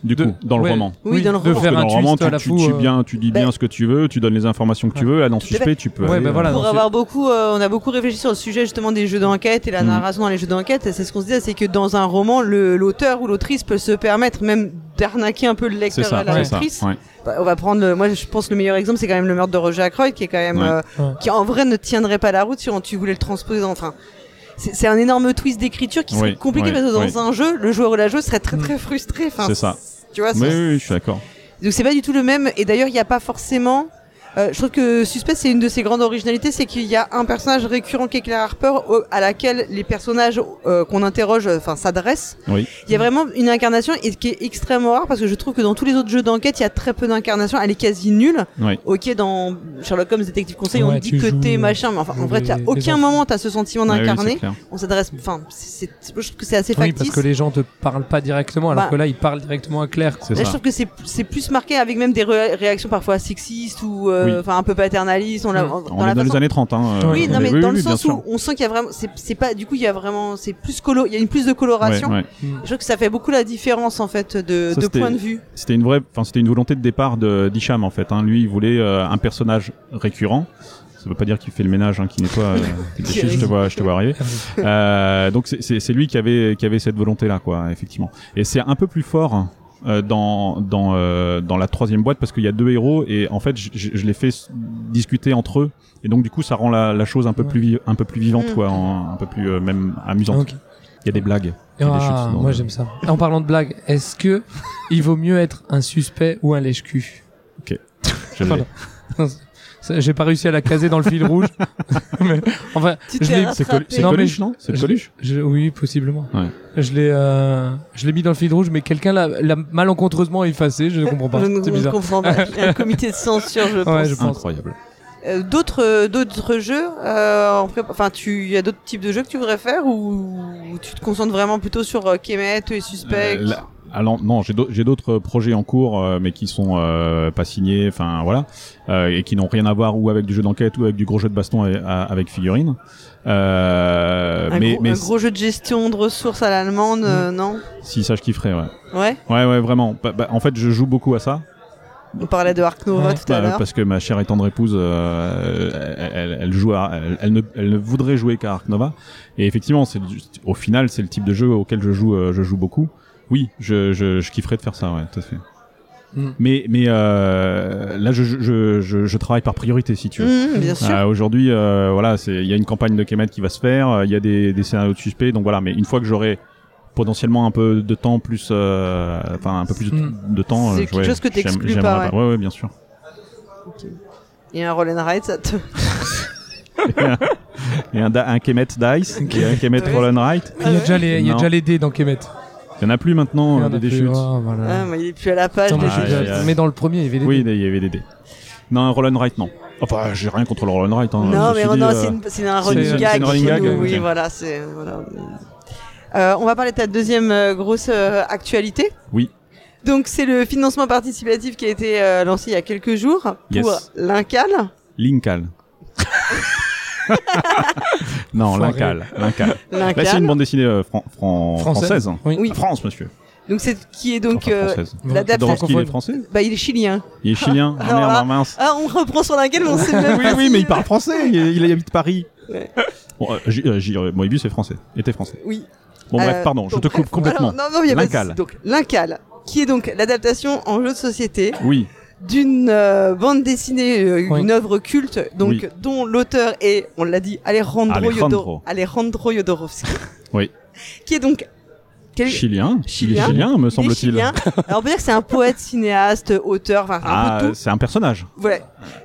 Speaker 3: Du coup,
Speaker 2: De-
Speaker 3: dans le
Speaker 2: ouais.
Speaker 3: roman.
Speaker 1: Oui, dans le
Speaker 2: de
Speaker 3: Parce
Speaker 1: roman.
Speaker 3: que
Speaker 2: faire
Speaker 3: dans
Speaker 2: un
Speaker 3: le
Speaker 2: twist
Speaker 3: roman,
Speaker 2: à
Speaker 3: tu,
Speaker 2: la
Speaker 3: tu-
Speaker 2: fou,
Speaker 3: tu
Speaker 2: euh,
Speaker 3: bien, tu dis
Speaker 1: Ben-
Speaker 3: bien ce que tu veux, tu donnes les informations que tu veux. Là, dans
Speaker 1: à
Speaker 3: suspect, tu peux.
Speaker 2: Ouais,
Speaker 3: aller,
Speaker 2: ben
Speaker 3: euh,
Speaker 2: voilà.
Speaker 1: Pour
Speaker 2: dans ce-
Speaker 1: avoir beaucoup, euh, on a beaucoup réfléchi sur le sujet justement des jeux d'enquête et la
Speaker 3: Mm.
Speaker 1: narration dans les jeux d'enquête. et C'est ce qu'on se disait, c'est que dans un roman, le- l'auteur ou l'autrice peut se permettre même d'arnaquer un peu le
Speaker 3: C'est
Speaker 1: lecteur
Speaker 3: ça,
Speaker 1: et la
Speaker 3: c'est ça.
Speaker 1: lectrice.
Speaker 3: ouais.
Speaker 1: Bah, on va prendre, le- moi je pense que le meilleur exemple c'est quand même le meurtre de Roger Ackroyd qui est quand même,
Speaker 3: Ouais.
Speaker 1: euh,
Speaker 2: Ouais.
Speaker 1: qui en vrai ne tiendrait pas la route si on- tu voulais le transposer dans, enfin, c'est c'est un énorme twist d'écriture qui serait
Speaker 3: Oui,
Speaker 1: compliqué
Speaker 3: oui,
Speaker 1: parce que dans
Speaker 3: oui.
Speaker 1: un jeu, le joueur ou la joueuse serait très
Speaker 2: Mm.
Speaker 1: très frustré. Enfin,
Speaker 3: C'est ça.
Speaker 1: Tu vois,
Speaker 3: Mais
Speaker 1: c'est-
Speaker 3: oui, oui, je suis d'accord.
Speaker 1: donc c'est pas du tout le même. Et d'ailleurs, il n'y a pas forcément. euh, je trouve que Suspect, c'est une de ses grandes originalités, c'est qu'il y a un personnage récurrent qui est Claire Harper, au- à laquelle les personnages euh, qu'on interroge, euh, enfin, s'adressent.
Speaker 3: Oui.
Speaker 1: Il y a vraiment une incarnation et qui est extrêmement rare parce que je trouve que dans tous les autres jeux d'enquête, il y a très peu d'incarnation. Elle est quasi nulle.
Speaker 3: Oui.
Speaker 1: Ok, dans Sherlock Holmes, Détective Conseil,
Speaker 2: Ouais,
Speaker 1: on dit
Speaker 2: tu
Speaker 1: que
Speaker 2: joues,
Speaker 1: t'es
Speaker 2: euh,
Speaker 1: machin, mais enfin,
Speaker 2: tu
Speaker 1: en
Speaker 2: joues
Speaker 1: vrai,
Speaker 2: les-
Speaker 1: à
Speaker 2: les
Speaker 1: aucun
Speaker 2: enfants.
Speaker 1: moment t'as ce sentiment
Speaker 3: Ouais, Ah oui,
Speaker 1: d'incarner.
Speaker 3: c'est clair.
Speaker 1: on s'adresse, enfin, c'est, c'est- je trouve que c'est assez
Speaker 2: Oui,
Speaker 1: factice.
Speaker 2: parce que les gens te parlent pas directement, alors
Speaker 1: Bah.
Speaker 2: que là, ils parlent directement à Claire. quoi.
Speaker 3: C'est
Speaker 1: Là, Bah, je
Speaker 3: ça.
Speaker 1: trouve que c'est c'est plus marqué avec même des ré- réactions parfois sexistes ou euh,
Speaker 3: Oui.
Speaker 1: enfin un peu paternalistes. On, l'a-
Speaker 2: Mm.
Speaker 1: en-
Speaker 3: On
Speaker 1: dans
Speaker 3: est
Speaker 1: la
Speaker 3: dans les
Speaker 1: façon-
Speaker 3: années 30. Hein, euh,
Speaker 1: Oui,
Speaker 2: années-
Speaker 1: non mais
Speaker 3: oui,
Speaker 1: dans
Speaker 3: oui,
Speaker 1: le
Speaker 3: bien
Speaker 1: sens
Speaker 3: sûr.
Speaker 1: où on sent qu'il y a vraiment, c'est c'est pas du coup il y a vraiment, c'est plus colo, il y a une plus de
Speaker 3: Ouais,
Speaker 1: coloration.
Speaker 3: ouais.
Speaker 1: Je trouve que ça fait beaucoup la différence en fait de,
Speaker 3: Ça,
Speaker 1: de
Speaker 3: c'était-
Speaker 1: point de vue.
Speaker 3: C'était une vraie, enfin, c'était une volonté de départ de d'Hicham en fait. Hein. Lui, il voulait euh, un personnage récurrent. Ça veut pas dire qu'il fait le ménage, hein, qu'il nettoie. euh, des
Speaker 2: Qui
Speaker 3: chiffres, je te vois, je te vois arriver. Euh, donc c'est- c'est c'est lui qui avait qui avait cette volonté là, quoi, effectivement. Et c'est un peu plus fort euh, dans dans euh, dans la troisième boîte parce qu'il y a deux héros et en fait, j- j- je les fais s- discuter entre eux et donc du coup, ça rend la, la chose un peu plus vi- un peu plus vivante,
Speaker 1: Mm.
Speaker 3: quoi, en- un peu plus euh, même amusante. Il
Speaker 2: Ok.
Speaker 3: y a des blagues. Il y a des
Speaker 2: Ah,
Speaker 3: chutes dans
Speaker 2: moi
Speaker 3: le-
Speaker 2: j'aime ça. En parlant de blague, est-ce que il vaut mieux être un suspect ou un lèche-cul
Speaker 3: Je l'ai.
Speaker 2: Pardon. Ça, J'ai pas réussi à la caser dans le fil rouge. mais, enfin,
Speaker 1: Tu
Speaker 2: je
Speaker 1: t'es
Speaker 2: l'ai-
Speaker 3: C'est Col-
Speaker 1: rattrapé.
Speaker 3: c'est
Speaker 2: Non, mais
Speaker 3: Coluche,
Speaker 2: je-
Speaker 3: non C'est
Speaker 2: je-
Speaker 3: Coluche
Speaker 2: je- oui, possiblement.
Speaker 3: Ouais.
Speaker 2: Je l'ai, euh, je l'ai mis dans le fil rouge, mais quelqu'un l'a, l'a malencontreusement effacé. Je ne comprends pas.
Speaker 1: Je ne
Speaker 2: C'est bizarre.
Speaker 1: comprends pas. Il y a un comité de censure, je pense.
Speaker 2: je pense.
Speaker 3: Incroyable.
Speaker 1: Euh, d'autres euh, d'autres jeux, euh, en prépa- enfin tu, il y a d'autres types de jeux que tu voudrais faire ou tu te concentres vraiment plutôt sur euh, Kemet et Suspect.
Speaker 3: Euh, là- alors, non, j'ai d'au- j'ai d'autres projets en cours, euh, mais qui sont euh, pas signés, enfin voilà, euh, et qui n'ont rien à voir ou avec du jeu d'enquête ou avec du gros jeu de baston et- à- avec figurines. Euh,
Speaker 1: un,
Speaker 3: mais Mm.
Speaker 1: gros,
Speaker 3: mais
Speaker 1: un gros jeu de gestion de ressources à l'allemande, euh, non
Speaker 3: si ça, je kifferais, ouais.
Speaker 1: Ouais,
Speaker 3: Ouais, ouais, vraiment. Bah, bah, en fait, je joue beaucoup à ça,
Speaker 1: on parlait de Ark Nova
Speaker 2: Ouais.
Speaker 1: tout à
Speaker 3: bah,
Speaker 1: l'heure.
Speaker 3: parce que ma chère et tendre épouse, euh, elle, elle- elle joue, à- elle, elle ne, elle ne voudrait jouer qu'à Ark Nova. Et effectivement, c'est du- au final, c'est le type de jeu auquel je joue, euh, je joue beaucoup. Oui, je, je, je kifferais de faire ça, ouais, tout à fait.
Speaker 2: Mm.
Speaker 3: Mais, mais euh, là, je, je, je, je travaille par priorité, si tu veux.
Speaker 1: Mmh, bien sûr.
Speaker 3: Euh, Aujourd'hui, euh, voilà, c'est- il y a une campagne de Kemet qui va se faire, euh, il y a des, des scénarios de suspects, donc voilà. Mais une fois que j'aurai potentiellement un peu de temps plus, euh, enfin un peu plus de,
Speaker 2: Mm.
Speaker 3: de temps,
Speaker 1: C'est
Speaker 3: euh,
Speaker 1: quelque
Speaker 3: ouais,
Speaker 1: chose que
Speaker 3: j'aime-
Speaker 1: t'exclus
Speaker 3: j'aimerais
Speaker 1: pas, ouais.
Speaker 3: Ouais, ouais, bien sûr.
Speaker 1: Et un roll and ride, ça te.
Speaker 3: Il y a un, da- un Kemet Dice, il y a un Kemet
Speaker 1: Ouais.
Speaker 3: Roll and Write.
Speaker 2: Il y a déjà les, il y a
Speaker 3: Non.
Speaker 2: déjà les dés dans Kemet.
Speaker 3: Il y en a plus maintenant
Speaker 2: Il y
Speaker 3: euh,
Speaker 2: en a
Speaker 3: des
Speaker 2: plus.
Speaker 3: déchutes.
Speaker 2: Ah, voilà.
Speaker 1: Ah, mais il est plus à la page.
Speaker 2: Attends, mais,
Speaker 1: les jeux.
Speaker 3: Ah,
Speaker 2: je-
Speaker 3: ouais, ouais.
Speaker 2: mais dans le premier, il y avait les
Speaker 3: Oui,
Speaker 2: dés.
Speaker 3: il y avait des dés. Non, un Roll and Write, non. Enfin, j'ai rien contre le Roll and Write. Hein.
Speaker 1: non,
Speaker 3: Je
Speaker 1: mais
Speaker 3: me suis
Speaker 1: non,
Speaker 3: dit,
Speaker 1: c'est
Speaker 3: euh,
Speaker 1: une- c'est un
Speaker 2: c'est-
Speaker 1: running
Speaker 2: c'est une
Speaker 1: gag.
Speaker 3: running
Speaker 1: chez
Speaker 3: gag,
Speaker 1: nous, Oui,
Speaker 3: ok.
Speaker 1: voilà, c'est. Voilà. Euh, on va parler de ta deuxième euh, grosse euh, actualité.
Speaker 3: Oui.
Speaker 1: Donc, c'est le financement participatif qui a été euh, lancé il y a quelques jours pour
Speaker 3: Yes.
Speaker 1: l'Incal.
Speaker 3: Lincal. non,
Speaker 2: Foiré.
Speaker 3: Lincal. Lincal. Là, c'est
Speaker 1: L'Incal.
Speaker 3: une bande dessinée euh, fran- fran-
Speaker 2: Française.
Speaker 3: française. hein.
Speaker 2: Oui.
Speaker 1: Oui.
Speaker 3: La France, monsieur.
Speaker 1: Donc, c'est qui est donc.
Speaker 3: Enfin,
Speaker 1: euh,
Speaker 3: française.
Speaker 1: l'adaptation-
Speaker 3: Dorowski, il est
Speaker 2: francophone.
Speaker 3: français
Speaker 1: bah, il est chilien.
Speaker 3: Il est chilien Ah,
Speaker 1: Alors
Speaker 3: merde,
Speaker 1: là-
Speaker 3: ah, mince.
Speaker 1: Ah, on reprend sur l'Incal, mais on sait même
Speaker 3: Oui,
Speaker 1: pas.
Speaker 3: oui,
Speaker 1: si-
Speaker 3: mais il parle français. Il, il habite Paris.
Speaker 1: Ouais.
Speaker 3: Bon, euh, J- euh, J- euh, Moebius est français. Était français.
Speaker 1: Oui.
Speaker 3: Bon,
Speaker 1: Euh,
Speaker 3: bref, pardon, je
Speaker 1: donc,
Speaker 3: te coupe
Speaker 1: bref, voilà,
Speaker 3: complètement.
Speaker 1: non, non, il y a pas de
Speaker 3: L'Incal.
Speaker 1: souci. Donc, l'Incal, qui est donc l'adaptation en jeu de société
Speaker 3: Oui,
Speaker 1: d'une euh, bande dessinée, euh,
Speaker 2: Oui.
Speaker 1: une œuvre culte, donc
Speaker 3: Oui.
Speaker 1: dont l'auteur est, on l'a dit, Alejandro, Yodo-
Speaker 3: Alejandro.
Speaker 1: Alejandro Jodorowsky.
Speaker 3: Oui.
Speaker 1: Qui est donc quel-
Speaker 3: Chilien. Il est
Speaker 1: Chilien.
Speaker 3: chilien, me
Speaker 1: il est
Speaker 3: semble-t-il.
Speaker 1: chilien. Alors, on peut dire que c'est un poète, cinéaste, auteur, enfin, un peu
Speaker 3: Ah,
Speaker 1: tout.
Speaker 3: c'est un personnage.
Speaker 1: Voilà.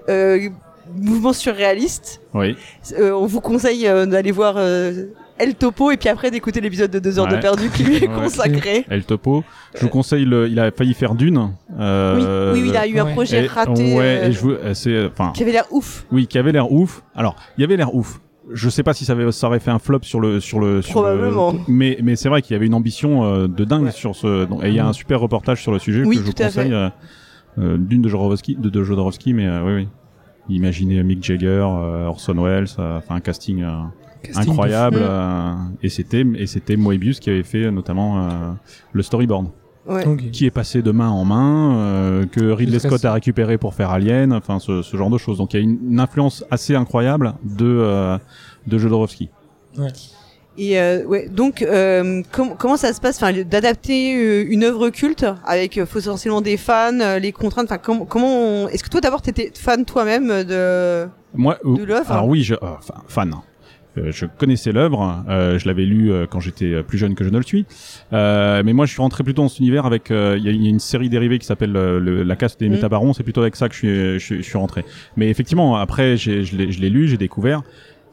Speaker 1: Euh, mouvement surréaliste.
Speaker 3: Oui.
Speaker 1: Euh, on vous conseille euh, d'aller voir euh, El Topo et puis après d'écouter l'épisode de 2 heures
Speaker 3: Ouais.
Speaker 1: de perdu qui lui est
Speaker 3: Ouais.
Speaker 1: consacré.
Speaker 3: El Topo. Je vous conseille, le, il a failli faire Dune. euh,
Speaker 1: Euh. oui, oui, oui, il a eu
Speaker 2: ouais.
Speaker 1: un projet
Speaker 3: et-
Speaker 1: raté
Speaker 3: Ouais,
Speaker 1: euh,
Speaker 3: et je vous- euh, c'est, euh, enfin,
Speaker 1: qui avait l'air ouf.
Speaker 3: oui, qui avait l'air ouf. Alors, il y avait l'air ouf. Je sais pas si ça avait, ça aurait fait un flop sur le, sur le, sur le-
Speaker 1: Probablement.
Speaker 3: mais, mais c'est vrai qu'il y avait une ambition euh, de dingue
Speaker 1: Ouais.
Speaker 3: sur ce. donc, et il y a un super reportage sur le sujet
Speaker 1: Oui,
Speaker 3: que je vous
Speaker 1: tout à fait.
Speaker 3: conseille. euh, euh, D'une de Jodorowsky, de, de Jodorowsky, mais euh, oui, oui. Imaginez Mick Jagger, euh, Orson Welles, euh, enfin un casting. euh,
Speaker 2: Casting de
Speaker 3: incroyable
Speaker 1: de fou.
Speaker 3: euh, et c'était et c'était Moebius qui avait fait euh, notamment euh, le storyboard
Speaker 1: Ouais.
Speaker 2: fou. Ok.
Speaker 3: qui est passé de main en main euh, que Ridley
Speaker 2: Jusqu'à
Speaker 3: Scott
Speaker 2: ça.
Speaker 3: a récupéré pour faire Alien enfin ce, ce genre de choses donc il y a une, une influence assez incroyable de euh, de Jodorowsky
Speaker 1: Et euh, ouais, donc euh, com- comment ça se passe, enfin, d'adapter euh, une œuvre culte avec euh, potentiellement des fans, euh, les contraintes. Enfin, com- comment on- Est-ce que toi d'abord t'étais fan toi-même de
Speaker 3: moi euh,
Speaker 1: De l'œuvre
Speaker 3: alors oui je euh, enfin, fan Euh, je connaissais l'œuvre, euh, je l'avais lu euh, quand j'étais euh, plus jeune que je ne le suis, Euh, mais moi je suis rentré plutôt dans cet univers avec euh, il y, a- il y a une série dérivée qui s'appelle euh, le- La casse des
Speaker 1: Mhm.
Speaker 3: métabarons, c'est plutôt avec ça que je suis, je, suis- je suis rentré. Mais effectivement, après, j'ai- je l'ai je l'ai lu, j'ai découvert.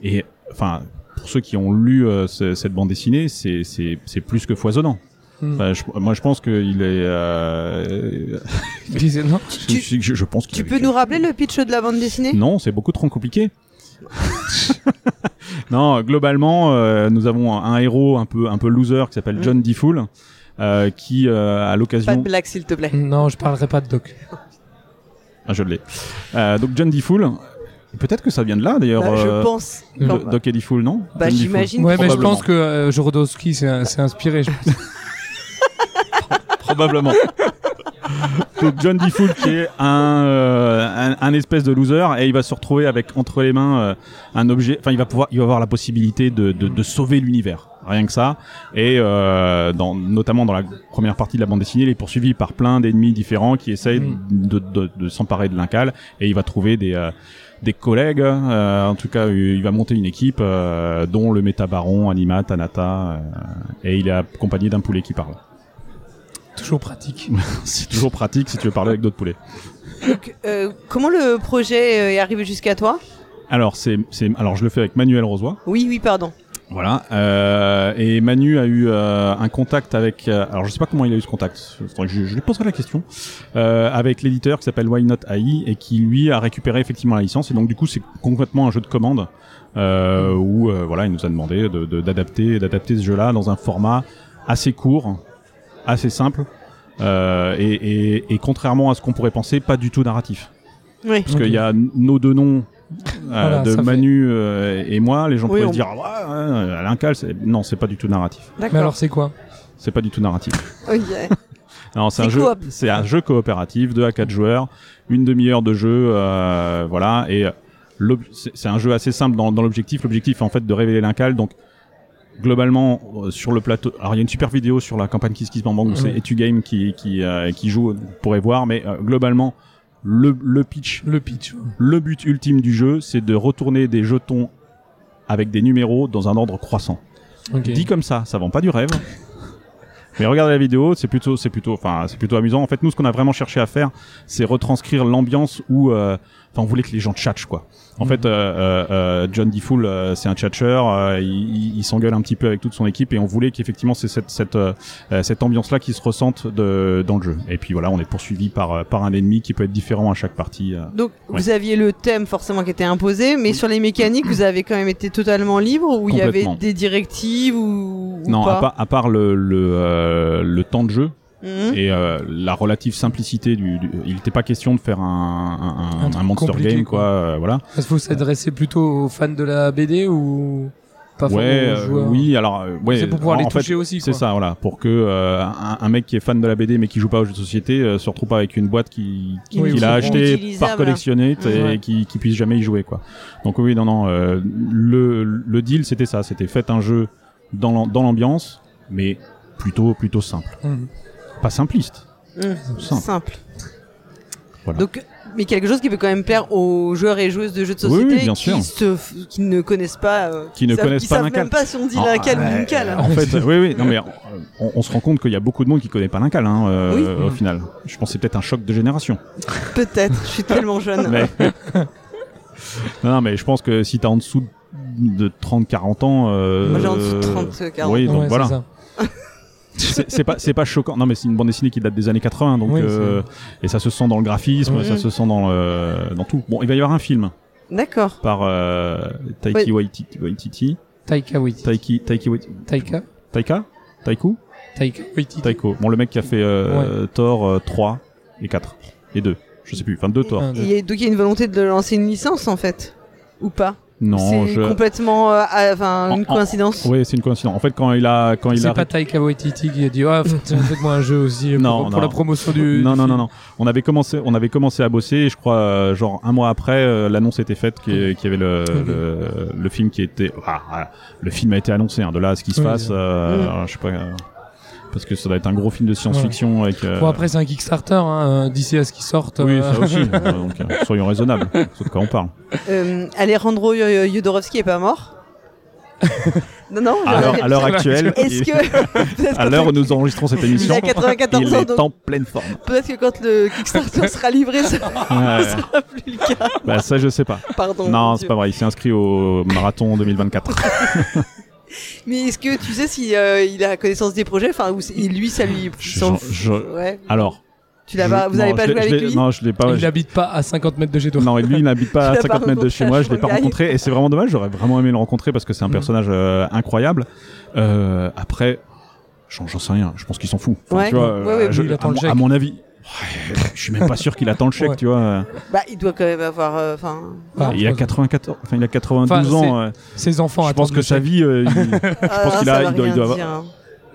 Speaker 3: Et enfin, pour ceux qui ont lu euh, ce- cette bande dessinée, c'est- c'est c'est plus que foisonnant.
Speaker 2: Mm.
Speaker 3: Enfin, je- moi, je pense qu'il est. euh,
Speaker 2: Dis- non.
Speaker 3: je, je- je pense qu'il
Speaker 1: Tu
Speaker 3: a-
Speaker 1: peux nous rappeler le pitch de la bande dessinée
Speaker 3: Non, c'est beaucoup trop compliqué. non, globalement, euh, nous avons un, un héros un peu un peu loser qui s'appelle
Speaker 1: Mm.
Speaker 3: John D. Fool, euh, qui euh, à
Speaker 1: Pas de
Speaker 3: l'occasion
Speaker 1: blague, s'il te plaît.
Speaker 2: Non, je parlerai pas de Doc.
Speaker 3: Ah, je l'ai. Euh, donc John Diffoul. Peut-être que ça vient de là d'ailleurs.
Speaker 1: Bah,
Speaker 3: euh,
Speaker 1: je pense.
Speaker 2: le-
Speaker 1: Enfin,
Speaker 3: Do- Doc et Diffoul, non
Speaker 1: bah,
Speaker 3: John
Speaker 1: j'imagine.
Speaker 2: Ouais, mais je
Speaker 3: Probablement.
Speaker 2: pense que euh, Jorodowski s'est s'est inspiré. je pense.
Speaker 3: Diffoul. Probablement. donc John Diffoul qui est un, euh, un, un espèce de loser et il va se retrouver avec entre les mains euh, un objet. Enfin, il va pouvoir, il va avoir la possibilité de, de, de sauver l'univers. Rien que ça. Et euh, dans, notamment dans la première partie de la bande dessinée, il est poursuivi par plein d'ennemis différents qui essayent
Speaker 2: Mm.
Speaker 3: de, de, de s'emparer de l'incal et il va trouver des euh, des collègues, euh, en tout cas euh, il va monter une équipe euh, dont le métabaron, Anima, Tanata, euh, et il est accompagné d'un poulet qui parle.
Speaker 2: Toujours pratique.
Speaker 3: C'est toujours pratique si tu veux parler avec d'autres poulets.
Speaker 1: Donc, euh, comment le projet euh, est arrivé jusqu'à toi
Speaker 3: Alors c'est, c'est, alors je le fais avec Manuel Rosoy,
Speaker 1: Oui, oui, pardon.
Speaker 3: voilà. euh, et Manu a eu euh, un contact avec, euh, alors je sais pas comment il a eu ce contact, faudrait que je, je lui poserai la question, euh, avec l'éditeur qui s'appelle Why Not AI et qui lui a récupéré effectivement la licence et donc du coup c'est concrètement un jeu de commande euh, où euh, voilà il nous a demandé de, de- d'adapter d'adapter ce jeu-là dans un format assez court, assez simple euh, et, et- et contrairement à ce qu'on pourrait penser, pas du tout narratif.
Speaker 1: Oui.
Speaker 3: Parce
Speaker 2: Ok.
Speaker 3: qu'il y a n- nos deux noms euh,
Speaker 2: Voilà,
Speaker 3: de
Speaker 2: ça fait-
Speaker 3: Manu euh, et moi, les gens
Speaker 1: Oui,
Speaker 3: pourraient
Speaker 1: on-
Speaker 3: se dire ah, ouais, euh, Alain Cal, c'est- non, c'est pas du tout narratif.
Speaker 2: Mais
Speaker 1: D'accord.
Speaker 2: alors, c'est quoi
Speaker 3: C'est pas du tout narratif.
Speaker 1: Ok.
Speaker 3: Non, c'est
Speaker 1: C'est
Speaker 3: un jeu,
Speaker 1: coop.
Speaker 3: c'est un jeu coopératif, 2 à 4 joueurs, une demi-heure de jeu, euh, voilà. Et l'ob- c'est c'est un jeu assez simple dans, dans l'objectif. L'objectif, en fait, de révéler l'incal. Donc, globalement, euh, sur le plateau, alors il y a une super vidéo sur la campagne Kiss Kiss Bang Bang où c'est
Speaker 2: Mhm.
Speaker 3: Etu Game qui qui, euh, qui joue, vous pourrez voir. Mais euh, globalement, le, le pitch
Speaker 2: Le pitch.
Speaker 3: le but ultime du jeu, c'est de retourner des jetons avec des numéros dans un ordre croissant.
Speaker 2: Ok.
Speaker 3: Dit comme ça, ça vend pas du rêve. Mais regardez la vidéo, c'est plutôt, c'est plutôt, enfin, c'est plutôt amusant. En fait, nous, ce qu'on a vraiment cherché à faire, c'est retranscrire l'ambiance où, euh, enfin, on voulait que les gens tchatchent, quoi. En
Speaker 2: Mhm.
Speaker 3: fait, euh, euh, euh, John DeFool, euh, c'est un tchatcheur, euh, il, il- il s'engueule un petit peu avec toute son équipe, et on voulait qu'effectivement, c'est cette, cette, euh, euh, cette ambiance-là qui se ressente de, dans le jeu. Et puis voilà, on est poursuivi par, euh, par un ennemi qui peut être différent à chaque partie. euh.
Speaker 1: Donc,
Speaker 3: Ouais.
Speaker 1: vous aviez le thème forcément qui était imposé, mais sur les mécaniques, vous avez quand même été totalement libre ou il y avait
Speaker 3: Complètement.
Speaker 1: des directives ou, ou
Speaker 3: Non,
Speaker 1: pas
Speaker 3: à, part- à part le, le, euh, le temps de jeu
Speaker 1: Mhm.
Speaker 3: et euh, la relative simplicité du, du- il n'était pas question de faire un, un- un-
Speaker 2: Un truc
Speaker 3: un monster
Speaker 2: compliqué,
Speaker 3: game quoi,
Speaker 2: quoi.
Speaker 3: euh, voilà.
Speaker 2: Est-ce que vous s'adressez plutôt aux fans de la BD ou pas
Speaker 3: ouais,
Speaker 2: forcément
Speaker 3: euh,
Speaker 2: aux joueurs
Speaker 3: oui, alors euh, ouais,
Speaker 2: C'est pour pouvoir
Speaker 3: en
Speaker 2: les
Speaker 3: fait,
Speaker 2: toucher aussi.
Speaker 3: c'est
Speaker 2: quoi.
Speaker 3: ça, voilà, pour que euh, un, un mec qui est fan de la BD mais qui joue pas aux jeux de société euh, se retrouve pas avec une boîte qui, qui,
Speaker 2: Oui,
Speaker 3: qui
Speaker 2: oui,
Speaker 3: l'a
Speaker 2: c'est bon.
Speaker 3: acheté
Speaker 1: Utilisable.
Speaker 3: par collectionniste et
Speaker 2: Ouais.
Speaker 3: qui, qui puisse jamais y jouer quoi. Donc oui, non, non, euh, le, le deal c'était ça, c'était faites un jeu dans l'am- dans l'ambiance, mais plutôt plutôt simple,
Speaker 2: Mhm.
Speaker 3: pas simpliste.
Speaker 1: Mhm.
Speaker 3: Simple.
Speaker 1: Simple.
Speaker 3: Voilà.
Speaker 1: Donc, mais quelque chose qui peut quand même plaire aux joueurs et joueuses de jeux de
Speaker 3: Oui, oui,
Speaker 1: société
Speaker 3: bien
Speaker 1: qui,
Speaker 3: sûr.
Speaker 1: se f- qui ne connaissent pas, euh,
Speaker 3: Qui ne
Speaker 1: savent-
Speaker 3: connaissent
Speaker 1: qui
Speaker 3: pas
Speaker 1: savent
Speaker 3: l'incal.
Speaker 1: même pas si on dit
Speaker 3: Ah,
Speaker 1: l'incal ou
Speaker 3: ouais.
Speaker 1: l'incal.
Speaker 3: En fait, oui, oui, non, mais euh, on, on se rend compte qu'il y a beaucoup de monde qui connaît pas l'incal, hein, euh,
Speaker 1: Oui.
Speaker 3: au final. Je pense que c'est peut-être un choc de génération.
Speaker 1: Peut-être, je suis tellement jeune.
Speaker 3: Mais- non, non, mais je pense que si t'es en dessous de 30-40 ans. euh,
Speaker 1: Moi j'ai en dessous de 30, 40.
Speaker 3: Oui,
Speaker 2: Ouais,
Speaker 3: donc
Speaker 2: c'est
Speaker 3: voilà.
Speaker 2: ça.
Speaker 3: C'est c'est pas, c'est pas choquant. Non, mais c'est une bande dessinée qui date des années 80, donc
Speaker 2: Oui,
Speaker 3: euh, et ça se sent dans le graphisme,
Speaker 2: Mhm.
Speaker 3: ça se sent dans le- dans tout. Bon, il va y avoir un film
Speaker 1: D'accord.
Speaker 3: par euh, Taiki Waititi, Waititi,
Speaker 2: Taika Waititi.
Speaker 3: Taiki, Taiki Waititi,
Speaker 2: Taika
Speaker 3: Taika, Taiku,
Speaker 2: Taika Waititi.
Speaker 3: Taiko. Bon, le mec qui a fait euh, Thor euh, 3 et 4 et 2, je sais plus, enfin 2 Thor.
Speaker 2: Un,
Speaker 1: Il
Speaker 2: deux.
Speaker 1: y a- donc il y a une volonté de lancer une licence en fait, ou pas
Speaker 3: Non,
Speaker 1: C'est
Speaker 3: je.
Speaker 1: complètement euh, à- enfin,
Speaker 3: En-
Speaker 1: une
Speaker 3: en-
Speaker 1: coïncidence.
Speaker 3: Oui, c'est une coïncidence. En fait, quand il a, quand il
Speaker 2: C'est
Speaker 3: a
Speaker 2: pas Taika Waititi qui a dit ah, faites- faites-moi un jeu aussi pour,
Speaker 3: Non,
Speaker 2: pour
Speaker 3: non.
Speaker 2: la promotion du.
Speaker 3: non,
Speaker 2: du
Speaker 3: non,
Speaker 2: film.
Speaker 3: non, non. On avait commencé, on avait commencé à bosser. Et je crois, euh, genre un mois après, euh, l'annonce était faite qu'il y qu'il y avait le,
Speaker 2: Ok.
Speaker 3: le, le film qui était. ah, ah, le film a été annoncé. hein. de là à ce qui se
Speaker 2: Oui,
Speaker 3: passe,
Speaker 2: oui.
Speaker 3: euh, alors, je sais pas. euh, parce que ça doit être un gros film de science-fiction avec. euh,
Speaker 2: Bon, après, c'est un Kickstarter, hein, euh, d'ici à ce qu'il sorte.
Speaker 3: oui,
Speaker 2: euh,
Speaker 3: ça aussi. Euh, donc, euh, soyons raisonnables. C'est de quoi on parle.
Speaker 1: Euh, Alejandro Yo- Yo- Jodorowsky est pas mort Non, non. j'ai
Speaker 3: Alors,
Speaker 1: rien
Speaker 3: à l'heure
Speaker 1: dit.
Speaker 3: actuelle,
Speaker 1: Est-ce que peut-être
Speaker 3: à
Speaker 1: quand
Speaker 3: l'heure où nous enregistrons cette
Speaker 1: il
Speaker 3: émission,
Speaker 1: a 94
Speaker 3: il
Speaker 1: ans,
Speaker 3: est
Speaker 1: donc
Speaker 3: en pleine forme.
Speaker 1: peut-être que quand le Kickstarter sera livré, ça
Speaker 3: Ouais.
Speaker 1: sera plus le cas.
Speaker 3: Bah, ça, je sais pas.
Speaker 1: Pardon. mon
Speaker 3: Non, c'est
Speaker 1: Dieu.
Speaker 3: pas vrai. Il s'est inscrit au marathon 2024.
Speaker 1: Mais est-ce que tu sais si euh, il a connaissance des projets, enfin, ou c'est- lui, ça lui,
Speaker 3: Je-
Speaker 1: s'en
Speaker 3: je- je-
Speaker 1: Ouais.
Speaker 3: Alors,
Speaker 1: Tu l'as
Speaker 3: Je-
Speaker 1: pas, vous n'avez
Speaker 3: non,
Speaker 1: pas
Speaker 3: je
Speaker 1: joué
Speaker 3: l'ai- je
Speaker 1: avec
Speaker 3: l'ai-
Speaker 1: lui
Speaker 3: Non, je l'ai pas.
Speaker 2: il
Speaker 3: je-
Speaker 2: n'habite pas à 50 mètres de chez toi.
Speaker 3: ah Non, et lui, il n'habite pas
Speaker 1: Tu
Speaker 3: à
Speaker 1: l'as
Speaker 3: 50
Speaker 1: pas
Speaker 3: mètres de chez moi, je l'ai pas
Speaker 1: rencontré, Mm.
Speaker 3: rencontré et c'est vraiment dommage, j'aurais vraiment aimé le rencontrer parce que c'est un
Speaker 2: Mhm.
Speaker 3: personnage euh, incroyable. Euh, après, j'en j'en sais rien, je pense qu'il s'en fout.
Speaker 1: Ouais.
Speaker 3: tu vois, euh,
Speaker 1: Ouais, ouais,
Speaker 3: je-
Speaker 2: oui, il
Speaker 3: à,
Speaker 2: attend le
Speaker 3: mon-
Speaker 2: chèque.
Speaker 3: à mon avis, ouais, je suis même pas sûr qu'il attend le chèque,
Speaker 2: Ouais.
Speaker 3: tu vois. euh.
Speaker 1: Bah, il doit quand même avoir, euh, enfin.
Speaker 2: Ah,
Speaker 3: il, a
Speaker 2: trois-
Speaker 3: 94, enfin, il a 92
Speaker 2: Enfin, c'est-
Speaker 3: ans, euh,
Speaker 2: Ses enfants
Speaker 3: je pense
Speaker 2: attendent
Speaker 3: que
Speaker 2: le
Speaker 3: sa
Speaker 2: chèque.
Speaker 3: vie, euh, il-
Speaker 1: Je
Speaker 3: pense qu'il a- il doit- il doit avoir-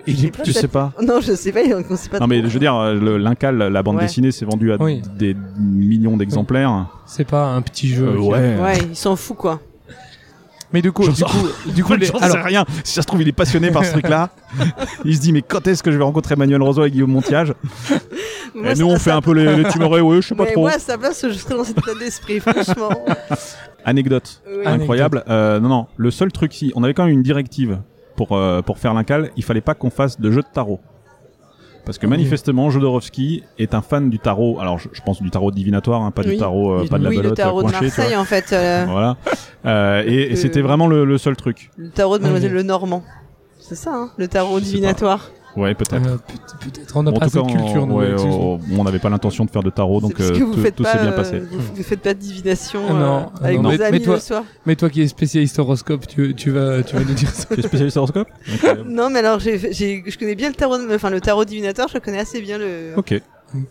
Speaker 3: il est-
Speaker 1: pas,
Speaker 3: tu sais pas.
Speaker 1: hein. Non, je sais pas, il on sait pas.
Speaker 3: Non
Speaker 1: trop.
Speaker 3: mais je veux dire, euh, le- l'Incal, la bande
Speaker 1: Ouais.
Speaker 3: dessinée, s'est vendue à
Speaker 2: Oui.
Speaker 3: des millions d'exemplaires.
Speaker 2: C'est pas un petit jeu.
Speaker 3: Euh,
Speaker 2: ok.
Speaker 1: Ouais, il s'en fout quoi.
Speaker 2: Mais du coup,
Speaker 3: J'en
Speaker 2: du coup, du coup, les-
Speaker 3: J'en sais
Speaker 2: alors,
Speaker 3: rien. Si ça se trouve, il est passionné par ce truc-là. Il se dit, mais quand est-ce que je vais rencontrer Emmanuel Roseau et Guillaume Montiage
Speaker 1: Moi,
Speaker 3: Et Eh, nous,
Speaker 1: ça-
Speaker 3: on fait un peu les, les timorés, ouais, je sais pas
Speaker 1: mais
Speaker 3: trop.
Speaker 1: moi, à sa place, je serais dans cet état d'esprit, franchement.
Speaker 3: Anecdote
Speaker 1: Oui.
Speaker 2: Ah,
Speaker 3: incroyable. Euh, non, non, le seul truc, si, on avait quand même une directive pour, euh, pour faire l'incal, il fallait pas qu'on fasse de jeu de tarot. Parce que
Speaker 2: Oui.
Speaker 3: manifestement, Jodorowsky est un fan du tarot. Alors, je, je pense du tarot divinatoire, hein, pas du
Speaker 1: Oui.
Speaker 3: tarot, euh,
Speaker 2: Oui,
Speaker 3: pas de la
Speaker 1: oui, le
Speaker 3: belote euh,
Speaker 1: tarot de
Speaker 3: coinchée, tu vois.
Speaker 1: Marseille, en fait. euh,
Speaker 3: Voilà. Euh, et et
Speaker 1: Euh,
Speaker 3: c'était vraiment le, le seul truc.
Speaker 1: Le tarot de
Speaker 2: Ah,
Speaker 1: Mademoiselle
Speaker 2: oui.
Speaker 1: Le Normand. C'est ça, hein, le tarot
Speaker 3: Je sais
Speaker 1: divinatoire.
Speaker 3: Ouais, peut-être.
Speaker 2: euh, peut- peut-être on n'a
Speaker 3: Bon, en
Speaker 2: pas
Speaker 3: tout
Speaker 2: assez
Speaker 3: cas,
Speaker 2: de culture.
Speaker 3: on
Speaker 2: nous,
Speaker 3: ouais,
Speaker 2: avec ce jeu.
Speaker 3: on- on n'avait pas l'intention de faire de tarot,
Speaker 1: C'est
Speaker 3: donc
Speaker 1: parce
Speaker 3: euh,
Speaker 1: que vous
Speaker 3: tout,
Speaker 1: faites
Speaker 3: tout
Speaker 1: pas,
Speaker 3: s'est bien
Speaker 1: euh,
Speaker 3: passé.
Speaker 1: vous, vous faites pas de divination euh,
Speaker 2: Hum. Non,
Speaker 1: avec
Speaker 2: non.
Speaker 1: vos
Speaker 2: Mais-
Speaker 1: amis
Speaker 2: mais toi-
Speaker 1: le soir.
Speaker 2: Mais toi qui es spécialiste horoscope, tu, tu vas, tu vas nous dire ça.
Speaker 3: Tu es spécialiste horoscope
Speaker 1: Non, mais alors j'ai, j'ai- je connais bien le tarot, de- enfin le tarot divinatoire, je connais assez bien le.
Speaker 3: Ok.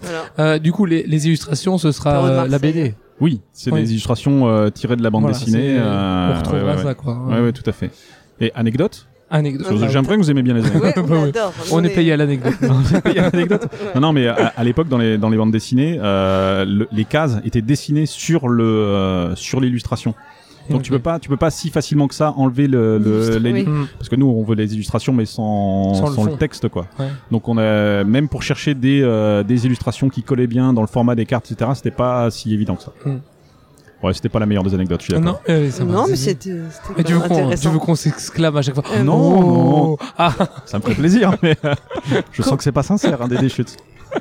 Speaker 1: Voilà.
Speaker 2: Euh, du coup, les, les illustrations, ce sera
Speaker 1: Tarot de
Speaker 2: euh, la
Speaker 1: Marseille.
Speaker 2: BD.
Speaker 3: Oui, c'est
Speaker 2: Oui.
Speaker 3: des illustrations euh, tirées de la bande
Speaker 2: Voilà,
Speaker 3: dessinée.
Speaker 2: c'est-
Speaker 3: euh,
Speaker 2: on retrouvera
Speaker 3: ouais, ouais,
Speaker 2: ça, hein.
Speaker 3: ouais.
Speaker 2: quoi.
Speaker 3: Ouais, ouais, tout à fait. Et anecdote
Speaker 2: Anecdote.
Speaker 3: J'ai
Speaker 1: Ah,
Speaker 3: l'impression que vous aimez bien les anecdotes.
Speaker 1: Ouais, on
Speaker 2: Bah oui.
Speaker 1: adore.
Speaker 2: on est payé à l'anecdote.
Speaker 3: Il y a une anecdote non, non, mais à, à l'époque, dans les, dans les bandes dessinées, euh, le- les cases étaient dessinées sur le euh, sur l'illustration. Donc tu peux pas tu peux pas si facilement que ça enlever le, le- les,
Speaker 1: Oui.
Speaker 2: Hmm.
Speaker 3: parce que nous on veut les illustrations mais sans
Speaker 2: Sans
Speaker 3: sans,
Speaker 2: le
Speaker 3: le,
Speaker 2: fond.
Speaker 3: texte quoi.
Speaker 2: Ouais.
Speaker 3: Donc on a même pour chercher des euh, des illustrations qui collaient bien dans le format des cartes etc. C'était pas si évident que ça.
Speaker 2: Hmm.
Speaker 3: Ouais, c'était pas la meilleure des anecdotes. Je suis d'accord.
Speaker 2: Non, euh, ça va,
Speaker 1: Non, mais
Speaker 2: vas-y.
Speaker 1: c'était, c'était
Speaker 2: Mais tu veux
Speaker 1: quand même
Speaker 2: qu'on tu
Speaker 1: intéressant.
Speaker 2: veux qu'on s'exclame à chaque fois
Speaker 1: Euh,
Speaker 3: Non,
Speaker 2: Oh. Ah,
Speaker 3: Ça me fait plaisir, mais euh, je sens que c'est pas sincère, hein, Dédé Chute.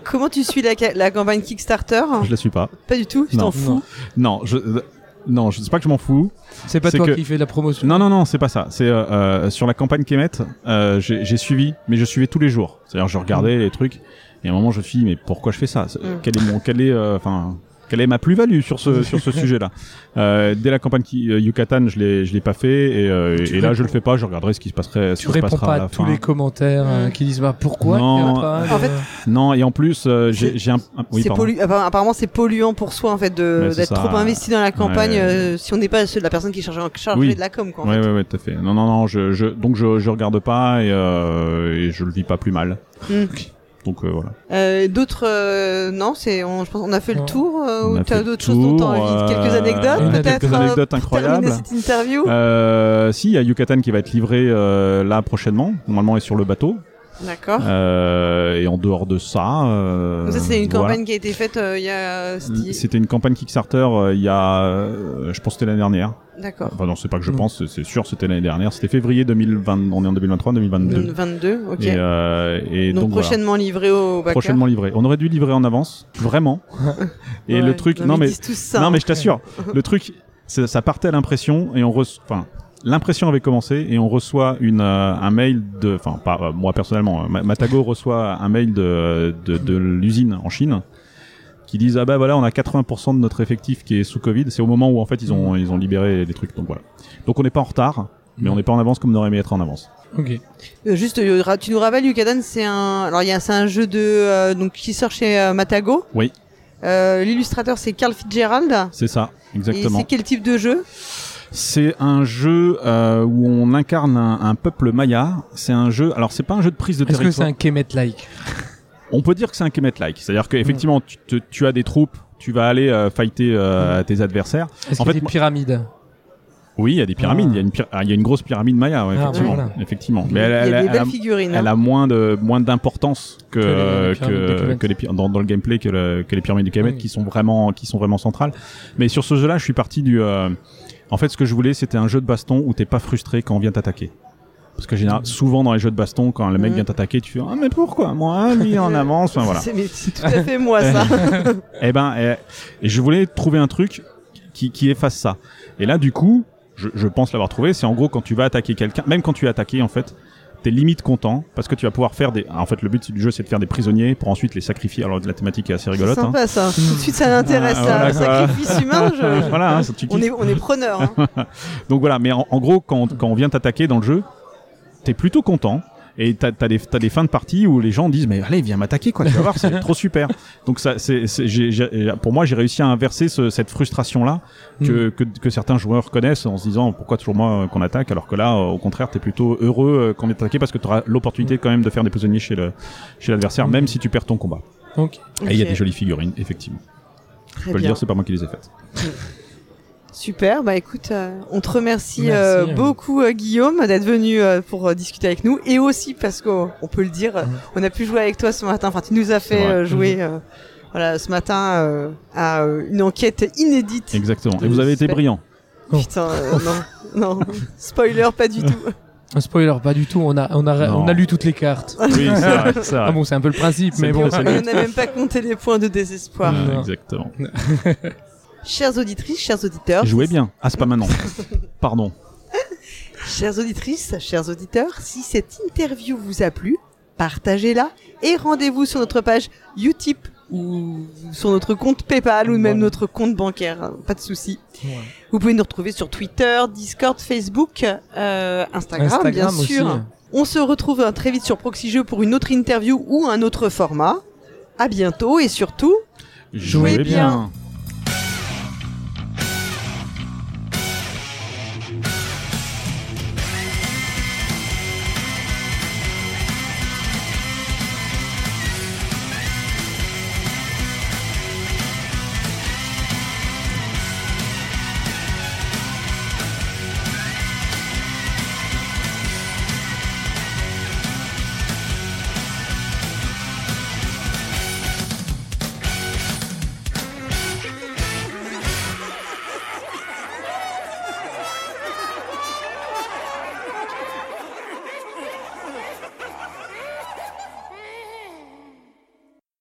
Speaker 1: Comment tu suis la, ca- la campagne Kickstarter
Speaker 3: Je la suis pas.
Speaker 1: Pas du tout, tu
Speaker 3: Non.
Speaker 1: t'en fous.
Speaker 3: Non, je. euh, Non, je sais pas que je m'en fous.
Speaker 2: c'est pas
Speaker 3: C'est
Speaker 2: toi
Speaker 3: que-
Speaker 2: qui fais la promotion.
Speaker 3: Non, non, non, c'est pas ça. C'est euh, euh, sur la campagne Kemet, euh, j'ai j'ai suivi, mais je suivais tous les jours. C'est-à-dire, je
Speaker 2: Mm.
Speaker 3: regardais les trucs, et à un moment, je me suis dit, mais pourquoi je fais ça C'est-
Speaker 1: Mm.
Speaker 3: Quel est mon, quel est, euh, enfin, quelle est ma plus-value sur ce sur ce sujet-là euh, Dès la campagne qui, euh, Yucatan, je l'ai je l'ai pas fait, et, euh,
Speaker 2: Tu
Speaker 3: et là,
Speaker 2: réponds-
Speaker 3: je le fais pas. Je regarderai ce qui se passerait, ce
Speaker 2: Tu
Speaker 3: qui se
Speaker 2: réponds
Speaker 3: passera
Speaker 2: pas
Speaker 3: à
Speaker 2: à
Speaker 3: la
Speaker 2: tous
Speaker 3: fin.
Speaker 2: les commentaires euh, qui disent bah, pourquoi
Speaker 3: Non.
Speaker 2: il y a pas de-
Speaker 1: En fait,
Speaker 3: Non, et en plus, euh, j'ai
Speaker 1: C'est-
Speaker 3: j'ai un. un- oui,
Speaker 1: c'est
Speaker 3: pardon.
Speaker 1: pollu- appa- Apparemment, c'est polluant pour soi en fait de,
Speaker 3: Mais c'est
Speaker 1: d'être
Speaker 3: ça,
Speaker 1: trop
Speaker 3: euh,
Speaker 1: investi dans la campagne
Speaker 3: ouais.
Speaker 1: euh, si on n'est pas ceux de la personne qui est chargée, chargée
Speaker 3: Oui.
Speaker 1: de la com. Quoi, en
Speaker 3: Ouais,
Speaker 1: fait.
Speaker 3: ouais, ouais, tout à fait. Non, non, non, je, je, donc je, je regarde pas et, euh, et je le vis pas plus mal.
Speaker 1: Mm.
Speaker 3: Donc euh, voilà.
Speaker 1: Euh, d'autres, euh, non, c'est, on, je pense, on a fait le
Speaker 2: Non.
Speaker 1: tour. euh,
Speaker 3: On
Speaker 1: ou
Speaker 3: a
Speaker 1: t'as
Speaker 3: fait le
Speaker 1: d'autres choses dont t'as
Speaker 3: tour,
Speaker 1: envie
Speaker 3: euh,
Speaker 1: Quelques
Speaker 3: on
Speaker 1: anecdotes
Speaker 3: a
Speaker 1: peut-être
Speaker 3: quelques
Speaker 1: euh,
Speaker 3: anecdotes
Speaker 1: pour terminer
Speaker 3: incroyables.
Speaker 1: cette interview.
Speaker 3: Euh, si, il y a Yucatan qui va être livré euh, là prochainement. Normalement, elle est sur le bateau.
Speaker 1: D'accord.
Speaker 3: Euh, et en dehors de ça, euh,
Speaker 1: Ah. Donc ça, c'est une
Speaker 3: voilà.
Speaker 1: campagne qui a été faite euh, il y a. c'était-
Speaker 3: C'était une campagne Kickstarter euh, il y a, euh, je pense que c'était l'année dernière.
Speaker 1: D'accord.
Speaker 3: Enfin non, c'est pas que je
Speaker 2: Mm.
Speaker 3: pense, c'est- c'est sûr, c'était l'année dernière. C'était février 2020, on est en 2023, 2022.
Speaker 1: 22, ok.
Speaker 3: Et, euh, et
Speaker 1: donc,
Speaker 3: donc, voilà.
Speaker 1: prochainement livré au backer.
Speaker 3: prochainement livré. On aurait dû livrer en avance, vraiment. et
Speaker 1: Ouais.
Speaker 3: le truc, non
Speaker 1: ils
Speaker 3: mais
Speaker 1: disent tous ça. hein.
Speaker 3: non mais je t'assure, le truc, c'est- ça partait à l'impression et on reçoit. Enfin, l'impression avait commencé et on reçoit une euh, un mail de, enfin pas euh, moi personnellement, euh, Ma- Matago reçoit un mail de de, de l'usine en Chine qui disent ah bah voilà on a 80% de notre effectif qui est sous Covid. C'est au moment où en fait ils
Speaker 1: Mm.
Speaker 3: ont ils ont libéré les trucs donc voilà. Donc on n'est pas en retard, mais on n'est pas en avance comme on aurait aimé être en avance.
Speaker 2: Ok.
Speaker 1: Euh, juste, euh, ra- tu nous rappelles, Yucatan, c'est un, alors il y a, c'est un jeu de, euh, donc qui sort chez euh, Matago.
Speaker 3: Oui.
Speaker 1: Euh, L'illustrateur, c'est Carl Fitzgerald.
Speaker 3: C'est ça, exactement.
Speaker 1: Et c'est quel type de jeu
Speaker 3: C'est un jeu euh, où on incarne un, un peuple maya. C'est un jeu. Alors c'est pas un jeu de prise de
Speaker 2: Est-ce que c'est
Speaker 3: territoire.
Speaker 2: un Kemet-like
Speaker 3: On peut dire que c'est un Kemet-like. C'est-à-dire qu'effectivement, tu, te- tu as des troupes. Tu vas aller euh, fighter euh, tes adversaires.
Speaker 2: Est-ce
Speaker 3: En
Speaker 2: qu'il y a
Speaker 3: fait,
Speaker 2: des
Speaker 3: moi-
Speaker 2: pyramides
Speaker 3: Oui, il y a des pyramides.
Speaker 2: Ah.
Speaker 3: Il y a une, pyra- ah, il y a une grosse pyramide maya, ouais,
Speaker 2: Ah,
Speaker 3: effectivement.
Speaker 2: voilà.
Speaker 3: Effectivement. Mais
Speaker 1: Il y a
Speaker 3: elle,
Speaker 1: des
Speaker 3: elle-
Speaker 1: belles
Speaker 3: elle
Speaker 1: figurines.
Speaker 3: a, elle
Speaker 1: hein.
Speaker 3: a moins de moins d'importance que
Speaker 2: Que les- les
Speaker 3: que,
Speaker 2: pyramides de Kemet.
Speaker 3: que les pyra- dans, dans le gameplay que, le- que les pyramides de Kemet
Speaker 2: Oui.
Speaker 3: qui sont vraiment qui sont vraiment centrales. Mais sur ce jeu-là, je suis parti du. euh, En fait, ce que je voulais, c'était un jeu de baston où t'es pas frustré quand on vient t'attaquer. Parce que général- souvent dans les jeux de baston, quand le mec
Speaker 1: Mhm.
Speaker 3: vient t'attaquer, tu fais ah mais pourquoi moi lui en avance, enfin voilà.
Speaker 1: C'est mais c'est tout à fait moi ça.
Speaker 3: Eh ben, eh, et je voulais trouver un truc qui, qui efface ça. Et là, du coup, je, je pense l'avoir trouvé. C'est en gros quand tu vas attaquer quelqu'un, même quand tu es attaqué, en fait, t'es limite content parce que tu vas pouvoir faire des. En fait, le but du jeu, c'est de faire des prisonniers pour ensuite les sacrifier. Alors, la thématique est assez
Speaker 1: C'est
Speaker 3: rigolote. hein.
Speaker 1: sympa ça. Tout de suite, ça l'intéresse.
Speaker 3: Ah,
Speaker 1: ça.
Speaker 3: voilà, quoi.
Speaker 1: Sacrifice humain. je- je-
Speaker 3: Voilà, hein, ça, tu
Speaker 1: On
Speaker 3: kiffes.
Speaker 1: est on est preneur. hein.
Speaker 3: Donc voilà, mais en, en gros, quand, quand on vient t'attaquer dans le jeu, t'es plutôt content. Et t'as as des, t'as des fins de partie où les gens disent mais allez viens m'attaquer quoi tu vas voir c'est trop super donc ça c'est c'est- j'ai- j'ai- pour moi j'ai réussi à inverser ce- cette frustration là que, que, que certains joueurs connaissent en se disant pourquoi toujours moi euh, qu'on attaque alors que là euh, au contraire t'es plutôt heureux euh, qu'on ait attaqué parce que t'auras l'opportunité quand même de faire des prisonniers chez le chez l'adversaire
Speaker 2: Mm.
Speaker 3: même si tu perds ton combat
Speaker 2: Ok.
Speaker 3: et Ah, il y a
Speaker 1: Ok,
Speaker 3: des jolies figurines effectivement
Speaker 1: très
Speaker 3: je peux le
Speaker 1: bien.
Speaker 3: dire c'est pas moi qui les ai faites
Speaker 1: Super, bah écoute, euh, on te remercie
Speaker 2: Merci,
Speaker 1: euh,
Speaker 2: euh.
Speaker 1: beaucoup euh, Guillaume d'être venu euh, pour euh, discuter avec nous et aussi parce qu'on on peut le dire, euh,
Speaker 2: Mhm.
Speaker 1: on a pu jouer avec toi ce matin, enfin tu nous as fait
Speaker 3: vrai. Mhm.
Speaker 1: euh, jouer euh, voilà, ce matin euh, à euh, une enquête inédite.
Speaker 3: exactement et
Speaker 1: Je
Speaker 3: vous avez été
Speaker 1: sais.
Speaker 3: brillant
Speaker 2: Oh.
Speaker 1: Putain, euh, non, non, spoiler pas du tout.
Speaker 2: Un spoiler, pas du tout. On a, on a,
Speaker 3: Non.
Speaker 2: on a lu toutes les cartes.
Speaker 3: oui c'est vrai, c'est vrai.
Speaker 2: Ah bon, c'est un peu le principe,
Speaker 3: C'est
Speaker 2: mais
Speaker 3: le
Speaker 2: bon.
Speaker 1: on n'a même pas compté les points de désespoir.
Speaker 3: Ouais,
Speaker 2: Non.
Speaker 3: exactement
Speaker 1: Chères auditrices, chers auditeurs,
Speaker 3: jouez bien ah c'est pas maintenant pardon
Speaker 1: Chères auditrices, chers auditeurs, si cette interview vous a plu, partagez-la et rendez-vous sur notre page Utip ou sur notre compte PayPal ou même
Speaker 2: Voilà.
Speaker 1: notre compte bancaire, hein, pas de souci.
Speaker 2: Voilà.
Speaker 1: Vous pouvez nous retrouver sur Twitter, Discord, Facebook, euh, Instagram, bien
Speaker 2: aussi. hein.
Speaker 1: sûr. On se retrouve euh, très vite sur Proxy Jeux pour une autre interview ou un autre format. À bientôt et surtout, Jouez bien.